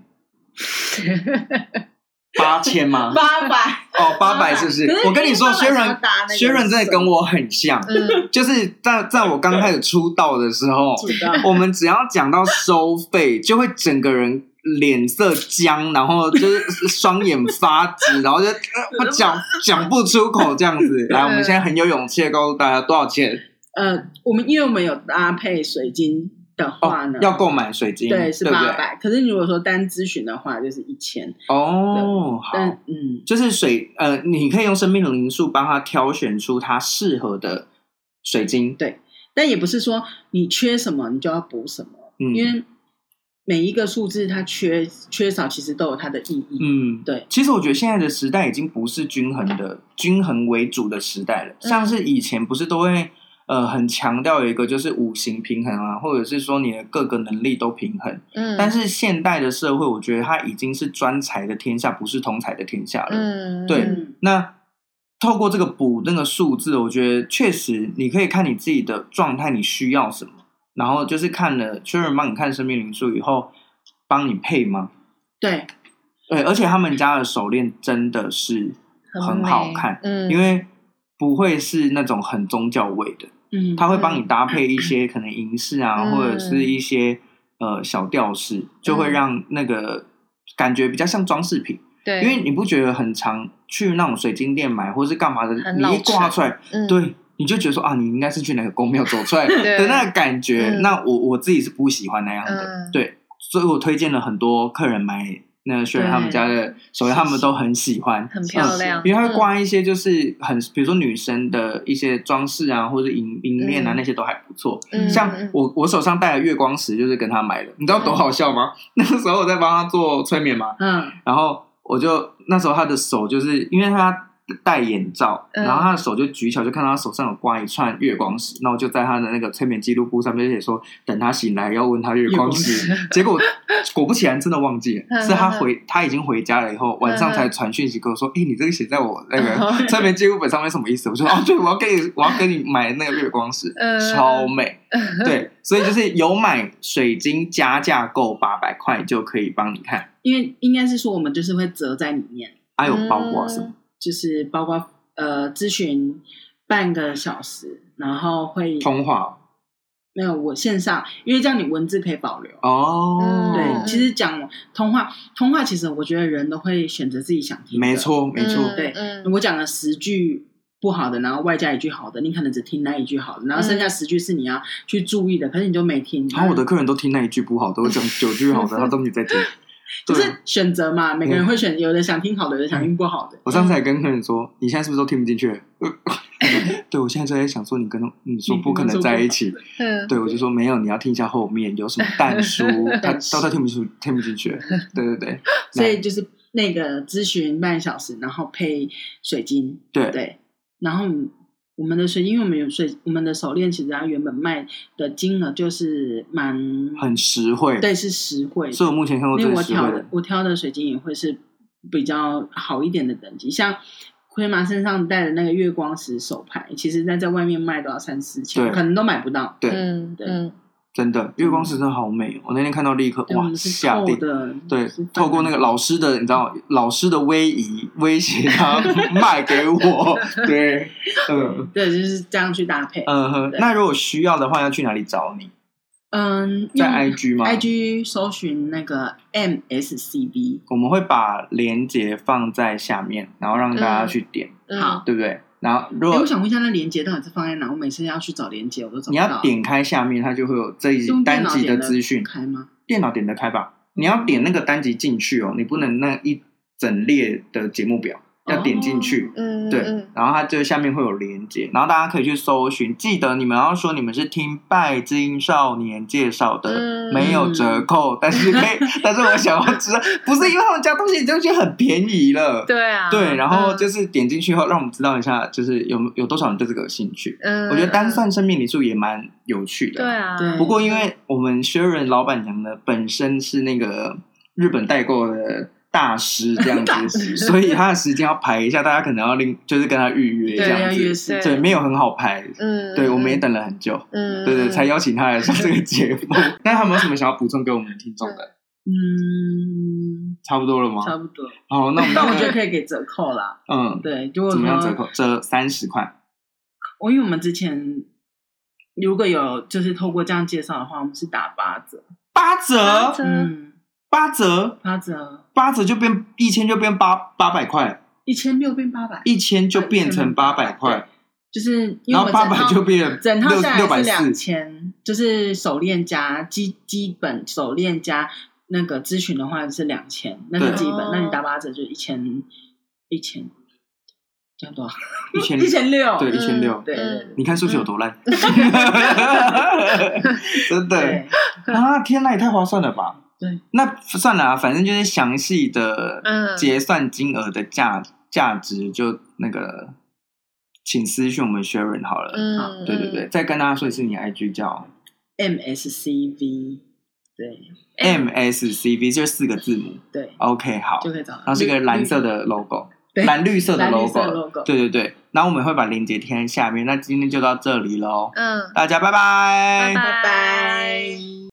Speaker 1: 八千吗？
Speaker 3: 八百，
Speaker 1: 哦，八百是不是
Speaker 3: 可？是
Speaker 1: 我跟你说，
Speaker 3: 800
Speaker 1: 薛
Speaker 3: 想要
Speaker 1: 仁
Speaker 3: 打那个
Speaker 1: 薛仁真的跟我很像， [laughs]
Speaker 2: 嗯
Speaker 1: 就是在在我刚开始出道的时候，
Speaker 3: 主要 [laughs]
Speaker 1: 我们只要讲到收费，就会整个人脸色僵，然后就是双眼发直，
Speaker 3: [laughs]
Speaker 1: 然后就呃我讲讲不出口这样子。来，我们现在很有勇气的告诉大家多少钱
Speaker 3: 呃，我们因为我们有搭配水晶的话
Speaker 1: 哦
Speaker 3: 呢，，
Speaker 1: 要购买水晶，
Speaker 3: 对是
Speaker 1: 不对
Speaker 3: 八？百，可是如果说单咨询的话就是一千，
Speaker 1: 哦，好
Speaker 3: 但，嗯，
Speaker 1: 就是水呃，你可以用生命灵数帮他挑选出他适合的水晶，
Speaker 3: 但也不是说你缺什么你就要补什么，
Speaker 1: 嗯，
Speaker 3: 因为每一个数字它缺缺少其实都有它的意义，
Speaker 1: 嗯，
Speaker 3: 对。
Speaker 1: 其实我觉得现在的时代已经不是均衡的、均衡为主的时代了。
Speaker 2: 嗯
Speaker 1: 像是以前不是都会呃很强调有一个就是五行平衡啊，或者是说你的各个能力都平衡。
Speaker 2: 嗯，
Speaker 1: 但是现代的社会，我觉得它已经是专才的天下，不是通才的天下了。
Speaker 2: 嗯
Speaker 1: 对
Speaker 3: 嗯
Speaker 1: 那透过这个补那个数字，我觉得确实你可以看你自己的状态，你需要什么，然后就是看了确认帮你看生命灵数以后，帮你配吗？
Speaker 3: 对，
Speaker 1: 对，而且他们家的手链真的是很好看，
Speaker 2: 嗯，
Speaker 1: 因为不会是那种很宗教味的，
Speaker 3: 嗯，
Speaker 1: 它会帮你搭配一些可能银饰啊，
Speaker 2: 嗯
Speaker 1: 或者是一些呃小吊饰，就会让那个感觉比较像装饰品。
Speaker 2: 对，
Speaker 1: 因为你不觉得很常去那种水晶店买或是干嘛的，
Speaker 2: 很
Speaker 1: 你
Speaker 2: 老
Speaker 1: 一挂
Speaker 2: 成
Speaker 1: 出来，
Speaker 2: 嗯
Speaker 1: 对，你就觉得说啊，你应该是去哪个宫庙走出来的
Speaker 2: [laughs] 对
Speaker 1: 那个感觉。
Speaker 2: 嗯
Speaker 1: 那我我自己是不喜欢那样的，
Speaker 2: 嗯
Speaker 1: 对，所以我推荐了很多客人买那个雪人他们家的手链，他们都很喜欢，
Speaker 2: 很漂亮，
Speaker 1: 嗯因为它会挂一些就是很，比如说女生的一些装饰啊，或者银银链啊，
Speaker 2: 嗯
Speaker 1: 那些都还不错。
Speaker 2: 嗯
Speaker 1: 像
Speaker 2: 嗯
Speaker 1: 我我手上戴的月光石就是跟他买的，你知道多好笑吗？ [laughs] 那个时候我在帮他做催眠嘛，
Speaker 3: 嗯，
Speaker 1: 然后我就那时候他的手就是因为他戴眼罩，
Speaker 2: 嗯
Speaker 1: 然后他的手就举起来，我就看到他手上有挂一串月光石，那我就在他的那个催眠记录簿上面写说，等他醒来要问他月光石。结果果不其然，真的忘记了，
Speaker 2: 嗯
Speaker 1: 是他回他已经回家了以后，晚上才传讯息跟我说，诶，你这个写在我那
Speaker 2: 嗯
Speaker 1: 个催眠记录本上面什么意思？我说哦，对，我要给你我要给你买那个月光石，
Speaker 2: 嗯
Speaker 1: 超美。对，所以就是有买水晶加价购八百块就可以帮你看。
Speaker 3: 因为应该是说我们就是会折在里面。
Speaker 1: 还有包括什么？
Speaker 3: 就是包括呃咨询半个小时，然后会
Speaker 1: 通话
Speaker 3: 没有我线上，因为这样你文字可以保留。
Speaker 1: 哦，
Speaker 2: 嗯
Speaker 3: 对，
Speaker 2: 嗯
Speaker 3: 其实讲通话，通话其实我觉得人都会选择自己想听的。
Speaker 1: 没，错没错，
Speaker 3: 对
Speaker 2: 嗯
Speaker 3: 我讲了十句不好的，然后外加一句好的，你可能只听那一句好的，然后剩下十句是你要去注意的，可是你就没听。
Speaker 1: 然后哦我的客人都听那一句不好的，我讲九句
Speaker 3: [laughs]
Speaker 1: 好的，他都没在听。
Speaker 3: 就
Speaker 1: 对嗯
Speaker 3: 是，选择嘛，每个人会选，有的想听好的，有的想听不好的。
Speaker 1: 我上次还跟客人说，你现在是不是都听不进去？ [laughs] 对，我现在就在想说，你跟你说不可能在一起。
Speaker 2: 嗯
Speaker 1: 对，我就说没有，你要听一下
Speaker 3: [laughs]
Speaker 1: 后面有什么淡书，他
Speaker 3: 淡书
Speaker 1: 到他听不出听不进去。对对对，
Speaker 3: 所以就是那个咨询半小时，然后配水晶，
Speaker 1: 对
Speaker 3: 对，然后我们的水晶，因为我们有水，我们的手链其实它原本卖的金额就是蛮
Speaker 1: 很实惠，
Speaker 3: 对，是实惠的，
Speaker 1: 是我目前看过
Speaker 3: 因为
Speaker 1: 最
Speaker 3: 我
Speaker 1: 实惠
Speaker 3: 挑的
Speaker 1: 的。
Speaker 3: 我挑的水晶也会是比较好一点的等级，像奎玛身上戴的那个月光石手牌，其实在在外面卖都要三四千，
Speaker 1: 对
Speaker 3: 可能都买不到。
Speaker 1: 对
Speaker 2: 嗯
Speaker 3: 对
Speaker 2: 嗯，
Speaker 1: 真的，月光石真的好美哦！我那天看到立刻
Speaker 3: 嗯对我
Speaker 1: 哇
Speaker 3: 们是
Speaker 1: 下
Speaker 3: 透
Speaker 1: 定，
Speaker 3: 的，
Speaker 1: 对
Speaker 3: 是，
Speaker 1: 透过那个老师的，你知道，老师的威仪威胁他 [laughs] 卖给
Speaker 3: [laughs]
Speaker 1: 我，对，嗯
Speaker 3: 对，就是这样去搭配。
Speaker 1: 嗯哼。
Speaker 3: 对
Speaker 1: 那如果需要的话，要去哪里找你？
Speaker 3: 嗯，
Speaker 1: 在
Speaker 3: 用
Speaker 1: IG 吗
Speaker 3: IG 搜寻那个 MSCB，
Speaker 1: 我们会把链接放在下面，然后让大家去点，
Speaker 2: 嗯
Speaker 3: 好，
Speaker 1: 对不对？然后如
Speaker 3: 哎、
Speaker 1: 果
Speaker 3: 我想问一下，那连接到底是放在哪？我每次要去找连接，我都找
Speaker 1: 你
Speaker 3: 不到。
Speaker 1: 要点开下面，它就会有这一
Speaker 3: 用
Speaker 1: 单
Speaker 3: 电脑
Speaker 1: 集的
Speaker 3: 点得
Speaker 1: 资讯，
Speaker 3: 开吗？
Speaker 1: 电脑点得开吧？你要点那个单集进去哦，你不能那一整列的节目表要点进去。
Speaker 2: 嗯，
Speaker 1: 对
Speaker 2: 嗯，
Speaker 1: 然后它就下面会有连接，然后大家可以去搜寻。记得你们要说你们是听拜金少年介绍的，
Speaker 2: 嗯
Speaker 1: 没有折扣，但是可
Speaker 2: [laughs]
Speaker 1: 以，但是我想要知道，不是因为他们家东西就已经很便宜了，
Speaker 2: 对啊，，
Speaker 1: 对，然后就是是点进去后，让我们知道一下，就是有有多少人对这个有兴趣。
Speaker 2: 嗯，
Speaker 1: 我觉得单
Speaker 2: 嗯
Speaker 1: 算生命理数也蛮有趣的，
Speaker 2: 对。啊，
Speaker 3: 对
Speaker 1: 不过因为我们 Sharon 老板娘呢，本身是那个日本代购的大师这样
Speaker 3: 大
Speaker 1: 子，所以她的时间要排一下，大家可能要另就是跟她预约这
Speaker 2: 对
Speaker 1: 样
Speaker 3: 要约
Speaker 1: 子，
Speaker 3: 时
Speaker 1: 对，没有很好排。
Speaker 2: 嗯，
Speaker 1: 对，我们也
Speaker 2: 嗯，
Speaker 1: 等了很久，
Speaker 2: 嗯，
Speaker 1: 对对，才
Speaker 2: 要，
Speaker 1: 邀请她来上这个节目。那她有没有什么想要补充给我们听众的？
Speaker 3: 嗯，
Speaker 1: 差不多了吗？
Speaker 3: 差不多。
Speaker 1: 好，那我们
Speaker 3: 但我觉得
Speaker 1: 就
Speaker 3: 可以给折扣啦。
Speaker 1: [laughs] 嗯，
Speaker 3: 对，如果
Speaker 1: 怎么样
Speaker 3: 说
Speaker 1: 折扣？折三十块。
Speaker 3: 我因为我们之前如果有就是透过这样介绍的话，我们是打八折，
Speaker 1: 八
Speaker 2: 八
Speaker 1: 折，
Speaker 2: 折
Speaker 3: 嗯，
Speaker 1: 八折，
Speaker 3: 八折，
Speaker 1: 八折就变一千就变八八百块，
Speaker 3: 一千六变八百，
Speaker 1: 一千就变成八百块，
Speaker 3: 就是因为
Speaker 1: 然后
Speaker 3: 我们
Speaker 1: 八
Speaker 3: 整
Speaker 1: 百
Speaker 3: 套
Speaker 1: 就变
Speaker 3: 整套下
Speaker 1: 六
Speaker 3: 来
Speaker 1: 百
Speaker 3: 是两
Speaker 1: 四，
Speaker 3: 千，就是手链加基基本手链加那个咨询的话是两千，那是
Speaker 1: 对
Speaker 3: 基本
Speaker 2: 哦，
Speaker 3: 那你打八折就一千一千，这样多少？
Speaker 1: 一千
Speaker 3: 一千六，
Speaker 1: 对一
Speaker 2: 嗯
Speaker 1: 千六。
Speaker 3: 对对
Speaker 2: 嗯
Speaker 1: 你看数学有多
Speaker 3: [laughs]
Speaker 1: 烂，真的
Speaker 3: 对，
Speaker 1: 啊！天呐，也太划算了吧？
Speaker 3: [laughs] 对，
Speaker 1: 那算了啊，反正就是详细的
Speaker 2: 嗯
Speaker 1: 结算金额的价价值，就那个请私讯我们 Sharon 好了。
Speaker 2: 嗯，
Speaker 1: 对对对，再跟大家说一次，你 IG 叫
Speaker 3: ，MSCV，对
Speaker 1: MSCV，就是四个字母。
Speaker 3: 对，
Speaker 1: OK，好，
Speaker 3: 就可以找到。
Speaker 1: 然后哦是一个蓝色
Speaker 3: 绿，
Speaker 1: 的 logo，[laughs]
Speaker 3: 对
Speaker 1: 蓝绿色的
Speaker 3: 蓝绿
Speaker 1: logo，
Speaker 3: 色的 logo
Speaker 1: 对对对。然后我们会把链接贴在下面。那今天就到这里喽，
Speaker 2: 嗯，
Speaker 1: 大家拜拜
Speaker 2: 拜
Speaker 3: 拜
Speaker 2: 拜
Speaker 3: 拜。